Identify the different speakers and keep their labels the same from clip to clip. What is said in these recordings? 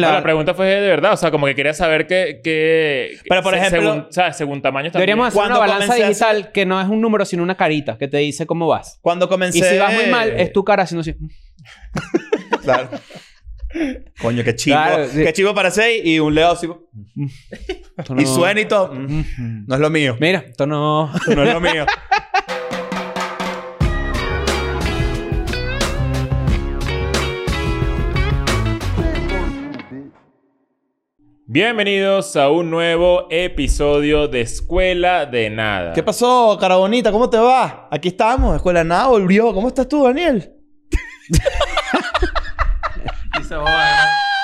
Speaker 1: La,
Speaker 2: No, la pregunta fue de verdad, o sea, como que quería saber qué... qué-
Speaker 1: Pero, por
Speaker 2: se-
Speaker 1: ejemplo,
Speaker 2: Según, o sea, según tamaño también.
Speaker 3: Deberíamos hacer una
Speaker 1: Cuando
Speaker 3: balanza
Speaker 1: comencé a hacer-
Speaker 3: digital que no es un número, sino una carita que te dice cómo vas.
Speaker 1: Cuando comencé...
Speaker 3: Y si vas muy mal, es tu cara haciendo así.
Speaker 1: Claro. Coño, qué chivo.
Speaker 3: Claro, sí.
Speaker 1: Qué chivo para seis y un leo así.
Speaker 3: Esto
Speaker 1: Y
Speaker 3: no-
Speaker 1: suena y todo. Mm, No es lo mío.
Speaker 3: Mira, esto no.
Speaker 1: No es lo mío.
Speaker 2: Bienvenidos a un nuevo episodio de Escuela de Nada.
Speaker 1: ¿Qué pasó, cara bonita? ¿Cómo te va? Aquí estamos. Escuela de Nada volvió. ¿Cómo estás tú, Daniel?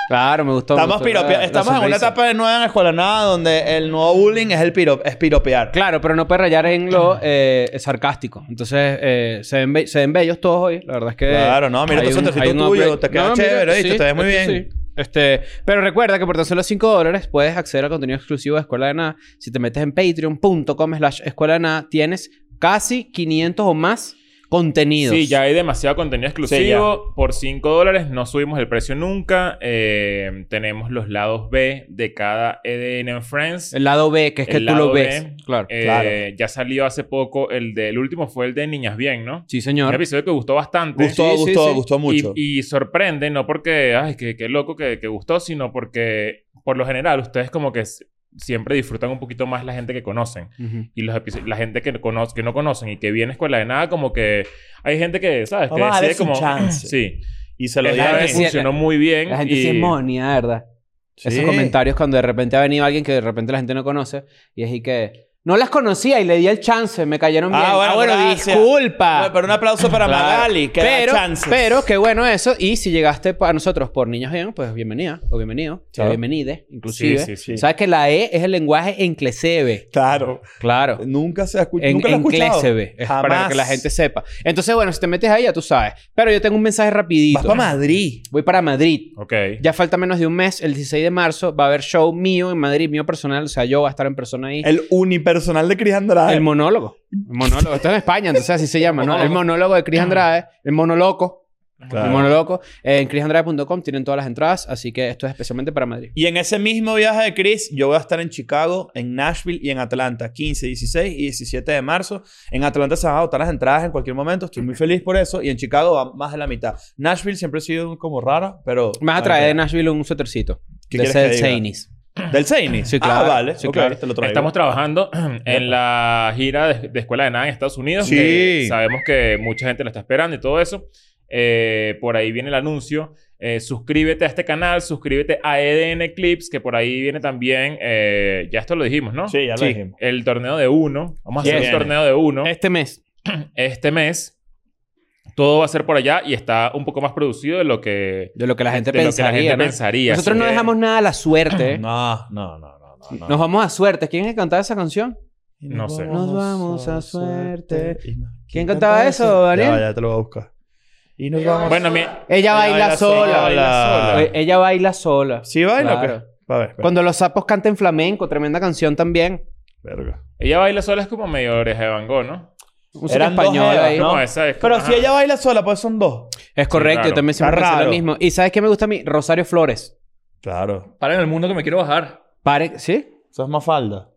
Speaker 3: Claro, me gustó. me
Speaker 1: Estamos,
Speaker 3: gustó la-
Speaker 1: piropea-
Speaker 3: la
Speaker 1: estamos en una
Speaker 3: sonrisa.
Speaker 1: etapa de nueva en Escuela de Nada donde el nuevo bullying es el piro- es piropear.
Speaker 3: Claro, pero no puedes rayar en lo eh, sarcástico. Entonces, eh, se, ven be- se ven bellos todos hoy. La verdad es que.
Speaker 1: Claro, no, mira,
Speaker 3: hay
Speaker 1: tu
Speaker 3: un-
Speaker 1: suétercito
Speaker 3: hay un
Speaker 1: pues, tuyo,
Speaker 3: upgrade.
Speaker 1: te queda
Speaker 3: mira,
Speaker 1: chévere, ¿viste? Te ves muy
Speaker 3: esto
Speaker 1: bien.
Speaker 3: sí. Este, pero recuerda que por tan solo 5 dólares puedes acceder a contenido exclusivo de Escuela de Nada. Si te metes en patreon.com slash escuela de nada, tienes casi 500 o más contenidos.
Speaker 2: Sí, ya hay demasiado contenido
Speaker 1: Sí,
Speaker 2: exclusivo. Por 5 dólares no subimos el precio nunca. Eh, tenemos los lados B de cada EDN en Friends.
Speaker 3: El lado B, que es que
Speaker 2: El
Speaker 3: tú
Speaker 2: lado
Speaker 3: lo
Speaker 2: B.
Speaker 3: ves. Claro.
Speaker 2: Eh,
Speaker 1: claro.
Speaker 2: Ya salió hace poco el del último fue el de Niñas Bien, ¿no?
Speaker 3: Sí,
Speaker 2: Un
Speaker 3: señor.
Speaker 2: episodio que gustó bastante.
Speaker 1: Gustó,
Speaker 3: Sí, sí,
Speaker 1: gustó,
Speaker 3: sí.
Speaker 1: gustó mucho.
Speaker 2: Y, y sorprende, no porque, ay, qué, qué loco que, que gustó, sino porque, por lo general, ustedes como que s- siempre disfrutan un poquito más la gente que conocen.
Speaker 3: Ujú.
Speaker 2: Y los episo- la gente que, no cono- que no conocen y que viene a Escuela de Nada, como que hay gente que, ¿sabes?
Speaker 1: Vamos a
Speaker 2: que
Speaker 1: darles
Speaker 2: decide
Speaker 1: un
Speaker 2: como...
Speaker 1: chance.
Speaker 2: Sí.
Speaker 1: Y se lo
Speaker 2: Esta
Speaker 1: dieron.
Speaker 3: la
Speaker 2: vez
Speaker 3: gente-
Speaker 2: funcionó muy bien.
Speaker 3: La gente
Speaker 2: y-
Speaker 3: sí es monia, de ¿verdad? Esos
Speaker 1: Sí.
Speaker 3: comentarios cuando de repente ha venido alguien que de repente la gente no conoce y es y que no las conocía y le di el chance, me cayeron
Speaker 1: Ah,
Speaker 3: bien.
Speaker 1: bueno,
Speaker 3: ah, bueno
Speaker 1: gracias.
Speaker 3: disculpa.
Speaker 1: Bueno, Pero un aplauso para
Speaker 3: Claro.
Speaker 1: Magali, que
Speaker 3: pero,
Speaker 1: da chances.
Speaker 3: pero qué bueno eso. Y si llegaste pa- a nosotros por niños bien, pues bienvenida o bienvenido.
Speaker 1: Claro.
Speaker 3: O bienvenide,
Speaker 2: Sí,
Speaker 3: inclusive.
Speaker 2: sí, sí.
Speaker 3: Sabes que la E es el lenguaje enclesebe.
Speaker 1: Claro.
Speaker 3: Claro.
Speaker 1: Nunca se ha escuchado.
Speaker 3: En,
Speaker 1: Nunca lo he
Speaker 3: en
Speaker 1: escuchado.
Speaker 3: clesebe. Es para
Speaker 1: Jamás.
Speaker 3: que la gente sepa. Entonces, bueno, si te metes ahí ya tú sabes. Pero yo tengo un mensaje rapidito.
Speaker 1: Vas para Madrid.
Speaker 3: Voy para Madrid.
Speaker 2: Ok.
Speaker 3: Ya falta menos de un mes, el 16 de marzo, va a haber show mío en Madrid, mío personal, o sea, yo voy a estar en persona ahí. El,
Speaker 1: El unipersonal de Chris Andrade.
Speaker 3: monólogo. El monólogo. Esto es en España, entonces así se llama, ¿no? El monólogo de Cris
Speaker 1: Ah.
Speaker 3: Andrade, el monoloco.
Speaker 1: Claro.
Speaker 3: El monoloco. Eh, en crisandrade.com tienen todas las entradas, así que esto es especialmente para Madrid.
Speaker 1: Y en ese mismo viaje de Chris, yo voy a estar en Chicago, en Nashville y en Atlanta, 15, 16 y 17 de marzo. En Atlanta se van a agotar las entradas en cualquier momento, estoy muy feliz por eso. Y en Chicago va más de la mitad. Nashville siempre ha sido como rara, pero.
Speaker 3: Me vas a traer de Nashville un suétercito.
Speaker 1: ¿Qué
Speaker 3: de
Speaker 1: quieres
Speaker 3: ese
Speaker 1: que
Speaker 3: del
Speaker 1: diga?
Speaker 3: Zanies.
Speaker 1: Del Zany.
Speaker 3: Sí, claro.
Speaker 1: Ah, vale.
Speaker 3: Sí,
Speaker 1: Ok,
Speaker 3: claro.
Speaker 1: te lo traigo.
Speaker 2: Estamos trabajando en la gira de, de Escuela de Nada en Estados Unidos.
Speaker 1: Sí.
Speaker 2: que sabemos que mucha gente la está esperando y todo eso. Eh, por ahí viene el anuncio. Eh, suscríbete a este canal, suscríbete a EDN Clips, que por ahí viene también. eh, ya esto lo dijimos, ¿no?
Speaker 1: Sí, ya lo
Speaker 2: Sí.
Speaker 1: dijimos.
Speaker 2: El torneo de uno. Vamos a
Speaker 1: Yes.
Speaker 2: hacer un torneo de uno
Speaker 3: Este mes.
Speaker 2: este mes. Todo va a ser por allá y está un poco más producido de lo que,
Speaker 3: De lo que la gente
Speaker 2: de lo que
Speaker 3: pensaría.
Speaker 2: la gente
Speaker 3: ¿no?
Speaker 2: pensaría.
Speaker 3: Nosotros
Speaker 2: Así
Speaker 3: no
Speaker 2: que-
Speaker 3: dejamos nada a la suerte.
Speaker 1: No, no, no, no. no, no.
Speaker 3: Nos vamos a suerte. ¿Quién es el que cantaba esa canción?
Speaker 1: Y
Speaker 2: No sé.
Speaker 3: Nos vamos a suerte.
Speaker 1: Y nos-
Speaker 3: ¿Quién cantaba eso, Daniel?
Speaker 1: Ya, ya te lo voy a buscar. Y nos vamos.
Speaker 2: Bueno, mi-
Speaker 3: Ella baila, sola.
Speaker 2: sola.
Speaker 1: Baila
Speaker 3: Eh, Ella baila sola.
Speaker 1: ¿Sí baila
Speaker 3: Claro.
Speaker 1: o qué? A ver, espera.
Speaker 3: Cuando los sapos canten flamenco, tremenda canción también.
Speaker 1: Verga.
Speaker 2: ella baila sola es como medio oreja de Van Gogh, ¿no?
Speaker 3: Música
Speaker 1: Eran dos
Speaker 3: española
Speaker 1: evas,
Speaker 3: ahí.
Speaker 1: ¿no?
Speaker 2: Como esa es como,
Speaker 1: Pero si
Speaker 2: ajá.
Speaker 1: ella baila sola, pues son dos.
Speaker 3: Es correcto,
Speaker 2: claro.
Speaker 3: yo también
Speaker 1: Está
Speaker 3: siempre pensé
Speaker 1: raro.
Speaker 3: lo mismo. ¿Y sabes qué me gusta a mí? Rosario Flores.
Speaker 1: Claro.
Speaker 4: Para en el mundo que me quiero bajar.
Speaker 3: Pare... ¿Sí?
Speaker 1: Eso es más falda.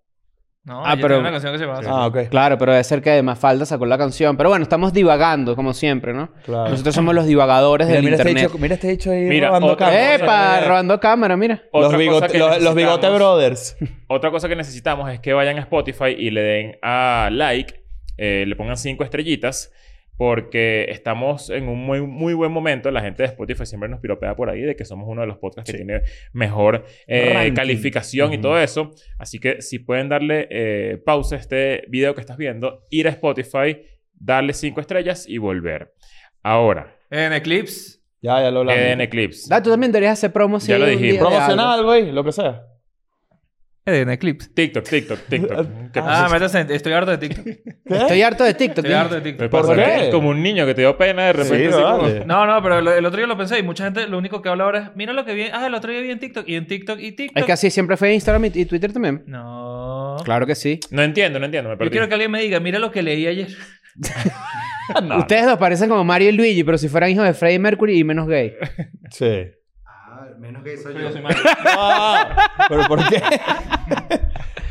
Speaker 4: No,
Speaker 3: Ah,
Speaker 4: ah,
Speaker 3: pero-
Speaker 4: pero... una canción que se llama así.
Speaker 1: Ah, ok.
Speaker 3: Claro, pero debe ser que de Mafalda sacó la canción. Pero bueno, estamos divagando, como siempre, ¿no?
Speaker 1: Claro.
Speaker 3: Nosotros somos los divagadores del internet.
Speaker 1: mira este hecho ahí
Speaker 2: Mira, otra cosa.
Speaker 3: ¡Epa!
Speaker 1: Mira.
Speaker 3: Robando cámara, mira.
Speaker 1: Los,
Speaker 2: Otra cosa
Speaker 1: bigote,
Speaker 2: que
Speaker 1: los, los bigote
Speaker 2: necesitamos-
Speaker 1: brothers.
Speaker 2: Otra cosa que necesitamos es que vayan a Spotify y le den a like, eh, le pongan cinco estrellitas, porque estamos en un muy, muy buen momento. La gente de Spotify siempre nos piropea por ahí de que somos uno de los podcasts
Speaker 1: Sí.
Speaker 2: que tiene mejor eh,
Speaker 1: Ranking.
Speaker 2: calificación y
Speaker 1: Ujú.
Speaker 2: todo eso. Así que si pueden darle eh, pausa a este video que estás viendo, ir a Spotify, darle cinco estrellas y volver. Ahora,
Speaker 4: En Eclipse.
Speaker 1: Ya, ya lo hablamos.
Speaker 2: EDN Eclipse.
Speaker 3: Ah, tú también deberías hacer promo si
Speaker 2: Ya lo
Speaker 3: un día
Speaker 2: dijimos.
Speaker 3: de algo.
Speaker 1: Promocionar algo ahí, lo que sea.
Speaker 4: En Eclipse.
Speaker 2: TikTok, TikTok, TikTok. ¿Qué
Speaker 4: Ah,
Speaker 2: pasa?
Speaker 4: me estás- estoy harto de TikTok.
Speaker 1: ¿Qué?
Speaker 3: Estoy harto de TikTok.
Speaker 4: Estoy
Speaker 3: dime.
Speaker 4: harto de
Speaker 2: Me
Speaker 4: TikTok.
Speaker 1: ¿Por
Speaker 2: pasa que
Speaker 1: qué?
Speaker 2: eres como un niño que te dio pena de repente.
Speaker 1: Sí,
Speaker 2: así como-
Speaker 1: vale.
Speaker 4: No, no, pero el, el otro día lo pensé y mucha gente lo único que habla ahora es, mira lo que vi, ah, el otro día vi en TikTok y en TikTok y TikTok.
Speaker 3: Es que así siempre fue Instagram y y Twitter también.
Speaker 4: No.
Speaker 3: Claro que sí.
Speaker 2: No entiendo, no entiendo. Me
Speaker 4: Yo
Speaker 2: perdí.
Speaker 4: quiero que alguien me diga, mira lo que leí ayer.
Speaker 3: Ustedes dos parecen como Mario y Luigi, pero si fueran hijos de Freddie Mercury y menos gay.
Speaker 1: Sí.
Speaker 5: menos que soy
Speaker 4: Pero
Speaker 5: yo.
Speaker 4: yo soy malo.
Speaker 1: No, ¿Pero por qué?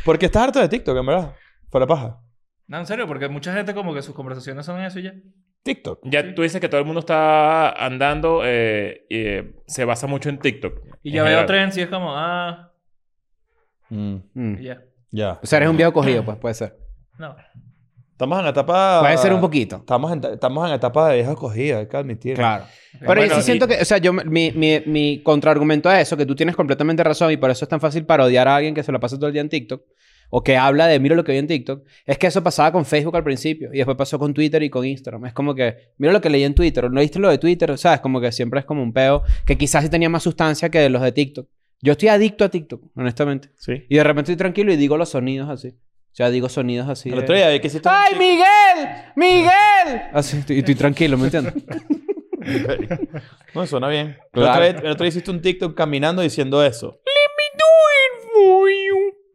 Speaker 1: Porque estás harto de TikTok, en verdad. Fuera paja.
Speaker 4: No, en serio, porque mucha gente como que sus conversaciones son eso y ya.
Speaker 1: TikTok.
Speaker 2: Ya tú dices que todo el mundo está andando, eh, y, eh, se basa mucho en TikTok.
Speaker 4: Y
Speaker 2: en
Speaker 4: ya veo
Speaker 2: general.
Speaker 4: trends y es como, ah,
Speaker 1: Mm,
Speaker 3: Mm.
Speaker 4: y ya.
Speaker 1: ya.
Speaker 3: O sea, eres un viejo cogido, pues puede ser.
Speaker 4: No.
Speaker 1: Estamos en la etapa...
Speaker 3: Puede ser un poquito.
Speaker 1: Estamos en, estamos en etapa de vieja escogida, hay que admitirlo.
Speaker 3: Claro. Pero yo
Speaker 2: Bueno,
Speaker 3: sí
Speaker 2: y-
Speaker 3: siento que, o sea, yo, mi, mi, mi contraargumento a eso, que tú tienes completamente razón y por eso es tan fácil parodiar a alguien que se la pasa todo el día en TikTok o que habla de mira lo que vi en TikTok, es que eso pasaba con Facebook al principio y después pasó con Twitter y con Instagram. Es como que mira lo que leí en Twitter, o no viste lo de Twitter, ¿sabes? Como que siempre es como un peo que quizás sí tenía más sustancia que los de TikTok. Yo estoy adicto a TikTok, honestamente.
Speaker 1: Sí.
Speaker 3: Y de repente estoy tranquilo y digo los sonidos así. O sea, digo sonidos así.
Speaker 1: El
Speaker 3: de-
Speaker 1: otro día vi que hiciste...
Speaker 3: ¡Ay, Miguel! ¡Miguel! Así, estoy- y estoy tranquilo, ¿me entiendes?
Speaker 1: No, suena bien.
Speaker 3: Claro.
Speaker 1: El, otro día, el otro día hiciste un TikTok caminando diciendo eso.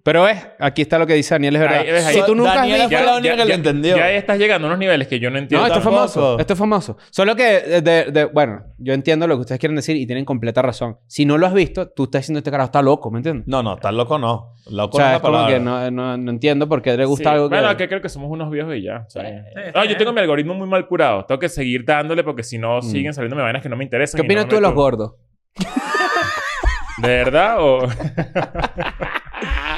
Speaker 3: Pero es, aquí está lo que dice Daniel, es verdad.
Speaker 2: Ahí, ves, ahí.
Speaker 3: si tú nunca has
Speaker 1: Daniela
Speaker 3: visto-
Speaker 1: fue la única que lo entendió.
Speaker 2: Ya estás llegando a unos niveles que yo no
Speaker 3: No,
Speaker 2: entiendo.
Speaker 3: esto es
Speaker 1: tampoco.
Speaker 3: famoso. Esto es famoso. Solo que, eh, de- de- bueno, yo entiendo lo que ustedes quieren decir y tienen completa razón. Si no lo has visto, tú estás diciendo este carajo está loco, ¿me entiendes?
Speaker 1: No, no, estás loco no.
Speaker 3: O
Speaker 1: Loco no
Speaker 3: sea,
Speaker 1: es la
Speaker 3: es como
Speaker 1: palabra.
Speaker 3: que no, no, no entiendo por qué le gusta
Speaker 2: Sí.
Speaker 3: algo que...
Speaker 2: Bueno, que creo que somos unos viejos y ya. o sea, eh.
Speaker 4: está
Speaker 2: no, yo
Speaker 4: bien.
Speaker 2: tengo mi algoritmo muy mal curado. Tengo que seguir dándole porque si no siguen saliéndome vainas que no me interesan.
Speaker 3: ¿Qué
Speaker 2: y
Speaker 3: opinas
Speaker 2: no
Speaker 3: tú de
Speaker 2: me-
Speaker 3: los gordos?
Speaker 2: ¿De verdad? O...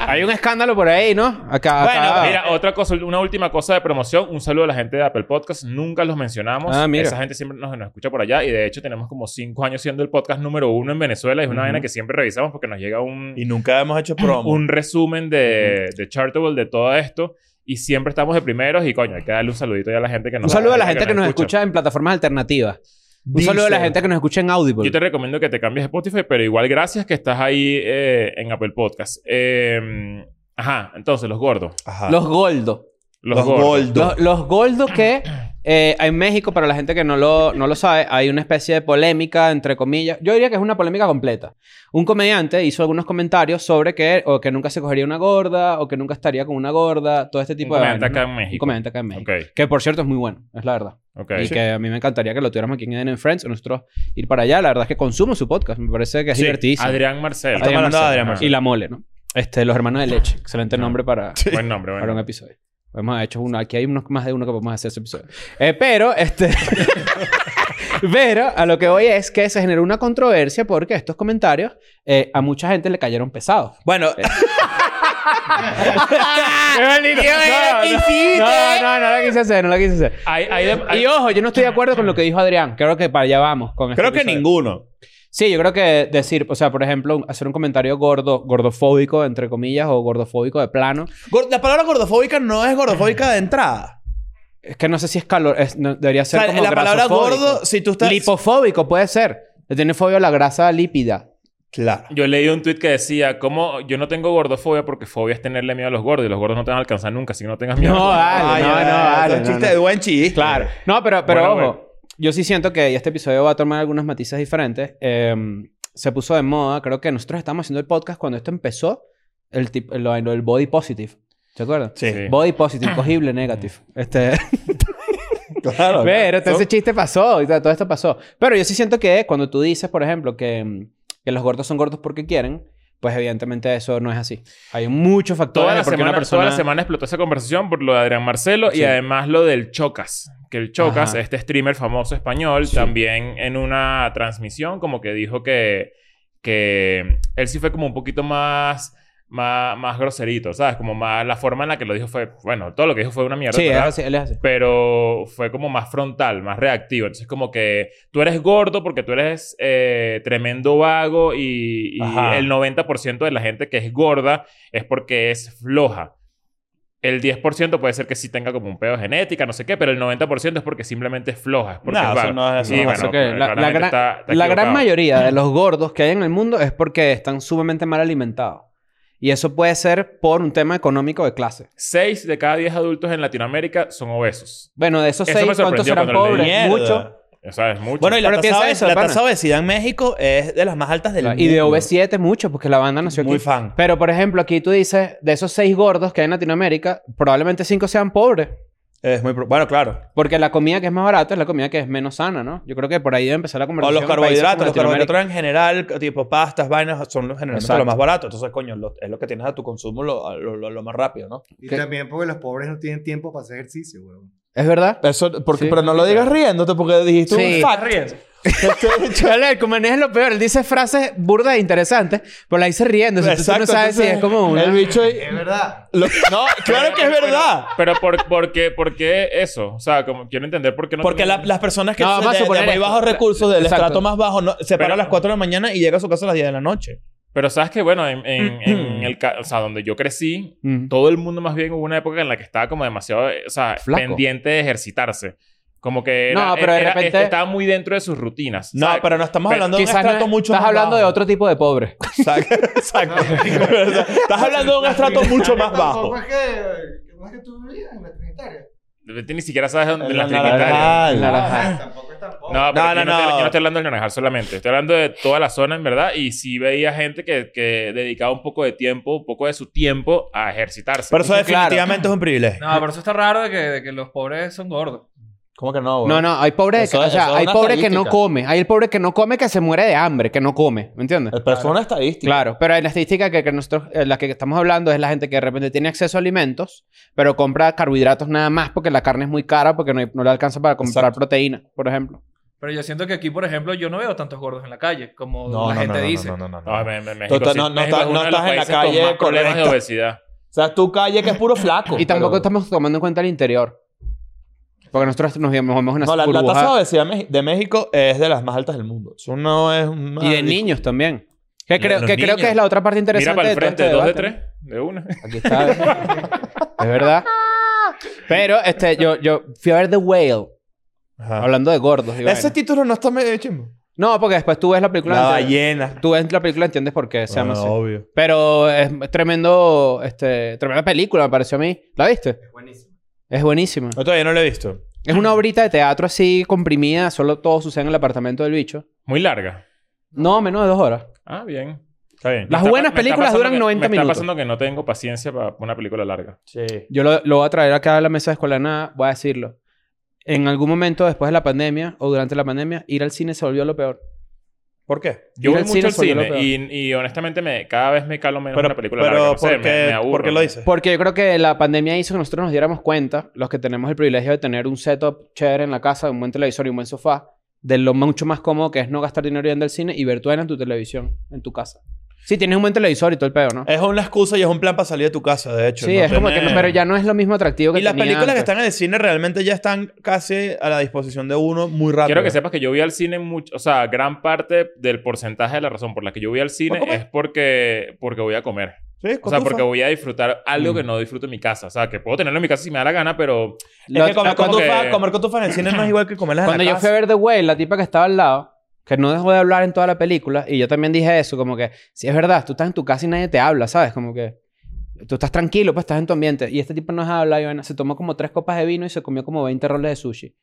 Speaker 3: Hay un escándalo por ahí, ¿no? Acá, acá.
Speaker 2: Ah. Bueno, mira, otra cosa, una última cosa de promoción. Un saludo a la gente de Apple Podcast. Nunca los mencionamos.
Speaker 3: Ah, mira.
Speaker 2: Esa gente siempre nos, nos escucha por allá. Y de hecho, tenemos como cinco años siendo el podcast número uno en Venezuela. Es una vaina que siempre revisamos porque nos llega un,
Speaker 1: Y nunca hemos hecho promo.
Speaker 2: un resumen de, de Chartable de todo esto. Y siempre estamos de primeros. Y coño, hay que darle un saludito ya a la gente que nos
Speaker 3: un saludo a la gente que nos escucha en plataformas alternativas. Un saludo a la
Speaker 1: Deezer.
Speaker 3: gente que nos escucha en
Speaker 2: Yo
Speaker 3: Audible.
Speaker 2: te recomiendo que te cambies a Spotify, pero igual gracias que estás ahí eh, en Apple Podcast. Eh, ajá, entonces, los gordos.
Speaker 1: Ajá.
Speaker 3: Los gordos.
Speaker 2: Los,
Speaker 1: Los
Speaker 2: gordos.
Speaker 1: gordos.
Speaker 3: Los, los goldos que eh, en México, para la gente que no lo, no lo sabe, hay una especie de polémica, entre comillas. Yo diría que es una polémica completa. Un comediante hizo algunos comentarios sobre que, o que nunca se cogería una gorda, o que nunca estaría con una gorda, todo este
Speaker 2: Un
Speaker 3: tipo de...
Speaker 2: comediante
Speaker 3: vainas,
Speaker 2: acá
Speaker 3: ¿no?
Speaker 2: en
Speaker 3: Un
Speaker 2: México.
Speaker 3: comediante acá en México.
Speaker 2: Ok,
Speaker 3: Que por cierto es muy bueno, es la verdad.
Speaker 2: ok.
Speaker 3: Y que a mí me encantaría que lo tuviéramos aquí en Eden Friends, nosotros ir para allá. La verdad es que consumo su podcast, me parece que es
Speaker 1: Sí,
Speaker 3: divertidísimo.
Speaker 2: Adrián Marcel.
Speaker 1: Estamos hablando de Adrián
Speaker 2: Ajá.
Speaker 1: Marcelo.
Speaker 3: Y La Mole, ¿no? Este, los hermanos de leche. Excelente nombre para,
Speaker 2: Buen nombre,
Speaker 3: para un
Speaker 2: bueno.
Speaker 3: episodio. Hemos hecho uno, aquí hay unos, más de uno que podemos hacer ese episodio. Eh, pero, este. pero a lo que voy es que se generó una controversia porque estos comentarios eh, a mucha gente le cayeron pesados.
Speaker 1: Bueno,
Speaker 3: Ah, No, no, no lo quise hacer, no lo quise hacer.
Speaker 2: Hay, hay de- hay-
Speaker 3: Y ojo, yo no estoy de acuerdo con lo que dijo Adrián. Creo que para allá vamos con este
Speaker 1: creo que
Speaker 3: episodio.
Speaker 1: ninguno.
Speaker 3: Sí, yo creo que decir, o sea, por ejemplo, un- hacer un comentario gordo, gordofóbico, entre comillas, o gordofóbico de plano,
Speaker 1: Gor- La palabra gordofóbica no es gordofóbica de entrada.
Speaker 3: es que no sé si es calor, es- no- debería
Speaker 1: O
Speaker 3: ser
Speaker 1: sea,
Speaker 3: como
Speaker 1: la palabra
Speaker 3: grasofóbico.
Speaker 1: gordo, si tú estás...
Speaker 3: Lipofóbico puede ser. Le tiene fobia a la grasa lípida.
Speaker 1: Claro.
Speaker 2: yo leí un tweet que decía, ¿cómo yo no tengo gordofobia porque fobia es tenerle miedo a los gordos y los gordos no te van a alcanzar nunca, así que no tengas miedo.
Speaker 3: No,
Speaker 1: Ay,
Speaker 3: vale, no, no,
Speaker 1: ay,
Speaker 3: vale.
Speaker 1: Es un
Speaker 3: no,
Speaker 1: chiste
Speaker 3: no.
Speaker 1: de buen chiste.
Speaker 3: Claro. No, pero, pero
Speaker 2: Bueno,
Speaker 3: ojo,
Speaker 2: bueno.
Speaker 3: yo sí siento que este episodio va a tomar algunos matices diferentes. Eh, se puso de moda, creo que nosotros estábamos haciendo el podcast cuando esto empezó, el tip- lo, lo del body positive. ¿Te acuerdas?
Speaker 1: Sí.
Speaker 2: Sí.
Speaker 3: Body positive, cogible negative. Este,
Speaker 1: Claro.
Speaker 3: pero todo
Speaker 1: Son-
Speaker 3: ese chiste pasó, y todo todo esto pasó. Pero yo sí siento que cuando tú dices, por ejemplo, que, mm, que los gordos son gordos porque quieren, pues evidentemente eso no es así. Hay muchos factores
Speaker 2: Toda la,
Speaker 3: de por qué
Speaker 2: semana,
Speaker 3: una persona...
Speaker 2: toda la semana explotó esa conversación por lo de Adrián Marcelo y
Speaker 3: Sí.
Speaker 2: además lo del Chocas. Que el Chocas,
Speaker 3: Ajá.
Speaker 2: este streamer famoso español, también en una transmisión como que dijo que, que él sí fue como un poquito más, más, más groserito, ¿sabes? Como más la forma en la que lo dijo fue, bueno, todo lo que dijo fue una mierda.
Speaker 3: Sí, es
Speaker 2: ¿verdad?
Speaker 3: así, él es así.
Speaker 2: pero fue como más frontal, más reactivo. Entonces, como que tú eres gordo porque tú eres eh, tremendo vago y, y
Speaker 1: Ajá.
Speaker 2: el 90% de la gente que es gorda es porque es floja. El 10% puede ser que sí tenga como un pedo de genética, no sé qué, pero el 90% es porque simplemente es floja. Es porque
Speaker 1: No,
Speaker 2: es vaga.
Speaker 1: eso no es- eso
Speaker 2: Y
Speaker 1: no
Speaker 2: bueno,
Speaker 1: es
Speaker 3: así. Ok, la- la
Speaker 2: claramente
Speaker 3: gran-
Speaker 2: está- está
Speaker 3: La gran
Speaker 2: equivocado.
Speaker 3: mayoría de los gordos que hay en el mundo es porque están sumamente mal alimentados. Y eso puede ser por un tema económico de clase.
Speaker 2: Seis de cada 10 adultos en Latinoamérica son obesos.
Speaker 3: Bueno, de esos
Speaker 2: Eso me
Speaker 3: seis, ¿cuántos
Speaker 2: sorprendió
Speaker 3: serán
Speaker 2: cuando leí.
Speaker 3: pobres?
Speaker 1: Mierda.
Speaker 3: Mucho.
Speaker 2: O sea, es mucho.
Speaker 1: Bueno, y la
Speaker 3: Pero
Speaker 1: tasa
Speaker 3: piensa
Speaker 1: de-
Speaker 3: eso,
Speaker 1: la
Speaker 3: pana.
Speaker 1: tasa de obesidad en México es de las más altas del mundo.
Speaker 3: Y de OV7, mucho, porque la banda nació aquí.
Speaker 1: Muy fan.
Speaker 3: Pero, por ejemplo, aquí tú dices, de esos seis gordos que hay en Latinoamérica, probablemente cinco sean pobres.
Speaker 1: Es muy pro- Bueno, claro.
Speaker 3: Porque la comida que es más barata es la comida que es menos sana, ¿no? Yo creo que por ahí debe empezar la
Speaker 1: O
Speaker 3: conversación.
Speaker 1: los
Speaker 3: en países
Speaker 1: carbohidratos,
Speaker 3: como
Speaker 1: los
Speaker 3: Latinoamérica.
Speaker 1: carbohidratos en general, tipo pastas, vainas, son los generalmente
Speaker 3: Exacto.
Speaker 1: lo más barato. Entonces, coño, lo- es lo que tienes a tu consumo lo, a lo- lo- lo más rápido, ¿no?
Speaker 5: Y
Speaker 3: ¿Qué?
Speaker 5: también porque los pobres no tienen tiempo para hacer ejercicio, weón.
Speaker 3: ¿Es verdad?
Speaker 1: Eso,
Speaker 3: Sí.
Speaker 1: pero no lo digas riéndote porque dijiste
Speaker 3: Sí.
Speaker 1: un fact.
Speaker 4: Ah, Ríense.
Speaker 3: Chale, el Cumanés es lo peor. Él dice frases burdas e interesantes, pero la dice riendo. Entonces tú no sabes si
Speaker 1: entonces,
Speaker 3: es como una...
Speaker 1: El bicho ahí-
Speaker 5: Es verdad.
Speaker 1: lo- no, claro que es verdad.
Speaker 2: Pero por, por, qué, ¿por qué eso? O sea, como quiero entender por qué no...
Speaker 1: Porque la-
Speaker 2: tenemos-
Speaker 1: las personas que
Speaker 3: No, vamos a
Speaker 1: de, de
Speaker 3: suponer
Speaker 1: muy
Speaker 3: esto.
Speaker 1: bajos recursos, del
Speaker 3: Exacto.
Speaker 1: estrato más bajo, no- se para a las 4 de la mañana y llega a su casa a las 10 de la noche.
Speaker 2: Pero sabes que, bueno, en, en- en el... ca- O sea, donde yo crecí,
Speaker 3: Mm.
Speaker 2: todo el mundo más bien hubo una época en la que estaba como demasiado, eh, o sea,
Speaker 3: Flaco.
Speaker 2: pendiente de ejercitarse. Como que era-
Speaker 3: No, pero de
Speaker 2: era- es que
Speaker 3: repente-
Speaker 2: estaba muy dentro de sus rutinas.
Speaker 1: No,
Speaker 2: ¿sabes?
Speaker 1: pero no estamos
Speaker 2: Pero
Speaker 1: hablando de un
Speaker 3: Quizás no
Speaker 1: estrato
Speaker 3: es-
Speaker 1: mucho
Speaker 3: estás
Speaker 1: más
Speaker 3: hablando de
Speaker 1: bajo.
Speaker 3: otro tipo de pobre.
Speaker 1: Exacto. Exacto. O sea, estás hablando de un estrato mucho más bajo.
Speaker 5: Tampoco es que, que no es que tú vivías en la Trinitaria.
Speaker 2: Ni siquiera sabes dónde
Speaker 1: El
Speaker 2: la
Speaker 1: naranjal.
Speaker 2: trinitaria.
Speaker 3: El naranjal.
Speaker 5: Ah, Tampoco es tampoco.
Speaker 2: No, pero yo,
Speaker 1: No,
Speaker 2: no,
Speaker 1: no,
Speaker 2: Estoy,
Speaker 1: no.
Speaker 2: yo no estoy hablando del naranjal solamente. Estoy hablando de toda la zona, en verdad. Y sí veía gente que, que dedicaba un poco de tiempo, un poco de su tiempo a ejercitarse.
Speaker 1: Pero eso
Speaker 3: Sí, claro.
Speaker 1: definitivamente es un privilegio.
Speaker 4: No, pero eso está raro de que, de que los pobres son gordos.
Speaker 1: ¿Cómo que no,
Speaker 3: No, no, hay pobre,
Speaker 1: Eso
Speaker 3: que,
Speaker 1: es-
Speaker 3: o sea,
Speaker 1: eso es
Speaker 3: hay
Speaker 1: una
Speaker 3: pobre que no
Speaker 1: estadística.
Speaker 3: come. Hay el pobre que no come que se muere de hambre, que no come. ¿Me entiendes?
Speaker 1: El persona estadística.
Speaker 3: Claro, pero en la estadística que, que nosotros, eh, la que estamos hablando es la gente que de repente tiene acceso a alimentos, pero compra carbohidratos nada más porque la carne es muy cara, porque no, hay- no le alcanza para comprar
Speaker 1: Exacto.
Speaker 3: proteína, por ejemplo.
Speaker 4: Pero yo siento que aquí, por ejemplo, yo no veo tantos gordos en la calle, como
Speaker 1: No,
Speaker 4: la
Speaker 1: no,
Speaker 4: gente
Speaker 1: no, no,
Speaker 4: dice.
Speaker 1: no, no, no, no.
Speaker 2: No, me- me- México
Speaker 1: Total,
Speaker 2: sí-
Speaker 1: no- no
Speaker 2: México
Speaker 1: estás-
Speaker 2: es uno
Speaker 1: no
Speaker 2: de los
Speaker 1: estás en la
Speaker 2: países con
Speaker 1: calle
Speaker 2: más problemas de
Speaker 1: correcta.
Speaker 2: obesidad.
Speaker 1: O sea, tu calle que es puro flaco.
Speaker 3: Y tampoco
Speaker 1: pero-
Speaker 3: estamos tomando en cuenta el interior. Porque nosotros nos llamamos una
Speaker 1: No, la, la
Speaker 3: burbuja.
Speaker 1: tasa de obesidad me- de México es de las más altas del mundo. Eso no es una...
Speaker 3: Y de niños también. Que,
Speaker 1: Los
Speaker 3: creo que, creo
Speaker 1: niños.
Speaker 3: que es la otra parte
Speaker 2: Mira
Speaker 3: interesante
Speaker 2: para el
Speaker 3: de
Speaker 2: frente,
Speaker 3: todo
Speaker 2: dos de
Speaker 3: este
Speaker 2: tres,
Speaker 3: debate,
Speaker 2: de una.
Speaker 3: ¿no? Aquí está. ¿eh? es verdad. Pero este, yo, yo fui a ver The Whale,
Speaker 1: Ajá.
Speaker 3: hablando de gordos. y
Speaker 1: Ah. Ese
Speaker 3: vaina.
Speaker 1: título no está medio chimbo.
Speaker 3: No, porque después tú ves la película.
Speaker 1: La
Speaker 3: entiendes-
Speaker 1: ballena.
Speaker 3: Tú ves la película entiendes por qué se llama
Speaker 1: Bueno,
Speaker 3: así.
Speaker 1: Obvio.
Speaker 3: Pero es, es tremendo, este, tremenda película, me pareció a mí. ¿La viste?
Speaker 5: Es buenísimo.
Speaker 3: Es buenísima.
Speaker 1: No, todavía no lo he visto.
Speaker 3: Es una obrita de teatro así comprimida, solo todo sucede en el apartamento del bicho.
Speaker 2: Muy larga.
Speaker 3: No, menos de dos horas.
Speaker 2: Ah, bien.
Speaker 1: Está bien.
Speaker 3: Las
Speaker 2: Me está-
Speaker 3: buenas
Speaker 2: me está
Speaker 3: películas
Speaker 2: pasando
Speaker 3: duran
Speaker 2: que-
Speaker 3: 90
Speaker 2: Me está
Speaker 3: minutos.
Speaker 2: pasando que no tengo paciencia para una película larga.
Speaker 1: Sí.
Speaker 3: Yo lo, lo voy a traer acá a la mesa de escuela de nada, voy a decirlo. En algún momento después de la pandemia o durante la pandemia, ir al cine se volvió lo peor.
Speaker 1: ¿Por qué?
Speaker 2: Yo
Speaker 3: Ir
Speaker 2: voy
Speaker 3: al cine
Speaker 2: mucho al
Speaker 3: se volvió
Speaker 2: cine y, y honestamente me, cada vez me calo menos
Speaker 1: Pero,
Speaker 2: una película larga.
Speaker 1: pero
Speaker 2: No sé,
Speaker 1: ¿por,
Speaker 2: me-
Speaker 1: qué,
Speaker 2: me aburro.
Speaker 1: por qué lo dices?
Speaker 3: Porque yo creo que la pandemia hizo que nosotros nos diéramos cuenta, los que tenemos el privilegio de tener un setup chévere en la casa, un buen televisor y un buen sofá, de lo mucho más cómodo que es no gastar dinero yendo al cine y ver tu en tu televisión, en tu casa. Sí, tienes un buen televisor y todo el pedo, ¿no?
Speaker 1: Es una excusa y es un plan para salir de tu casa, de hecho.
Speaker 3: sí,
Speaker 1: no
Speaker 3: es como que...
Speaker 1: tiene-
Speaker 3: no- pero ya no es lo mismo atractivo que
Speaker 1: Y las
Speaker 3: tenía
Speaker 1: películas que
Speaker 3: antes.
Speaker 1: están en el cine realmente ya están casi a la disposición de uno muy rápido.
Speaker 2: Quiero que sepas que yo vi al cine mucho, o sea, gran parte del porcentaje de la razón por la que yo voy al cine
Speaker 1: comer?
Speaker 2: es porque, porque voy a comer.
Speaker 1: Sí,
Speaker 2: O sea,
Speaker 1: cotufa.
Speaker 2: porque voy a disfrutar algo
Speaker 3: Mm.
Speaker 2: que no disfruto en mi casa. O sea, que puedo tenerlo en mi casa si me da la gana, pero
Speaker 1: Es
Speaker 3: Lo-
Speaker 1: que comer
Speaker 2: es como
Speaker 1: cotufa,
Speaker 2: que-
Speaker 1: comer cotufa en el cine no es igual que comerlas
Speaker 3: Cuando
Speaker 1: en la
Speaker 3: yo fui a
Speaker 1: casa.
Speaker 3: ver The Way, la tipa que estaba al lado, que no dejó de hablar en toda la película, y yo también dije eso, como que, si es verdad, tú estás en tu casa y nadie te habla, ¿sabes? Como que tú estás tranquilo, pues estás en tu ambiente. Y este tipo no deja de hablar, y bueno, se tomó como tres copas de vino y se comió como 20 roles de sushi.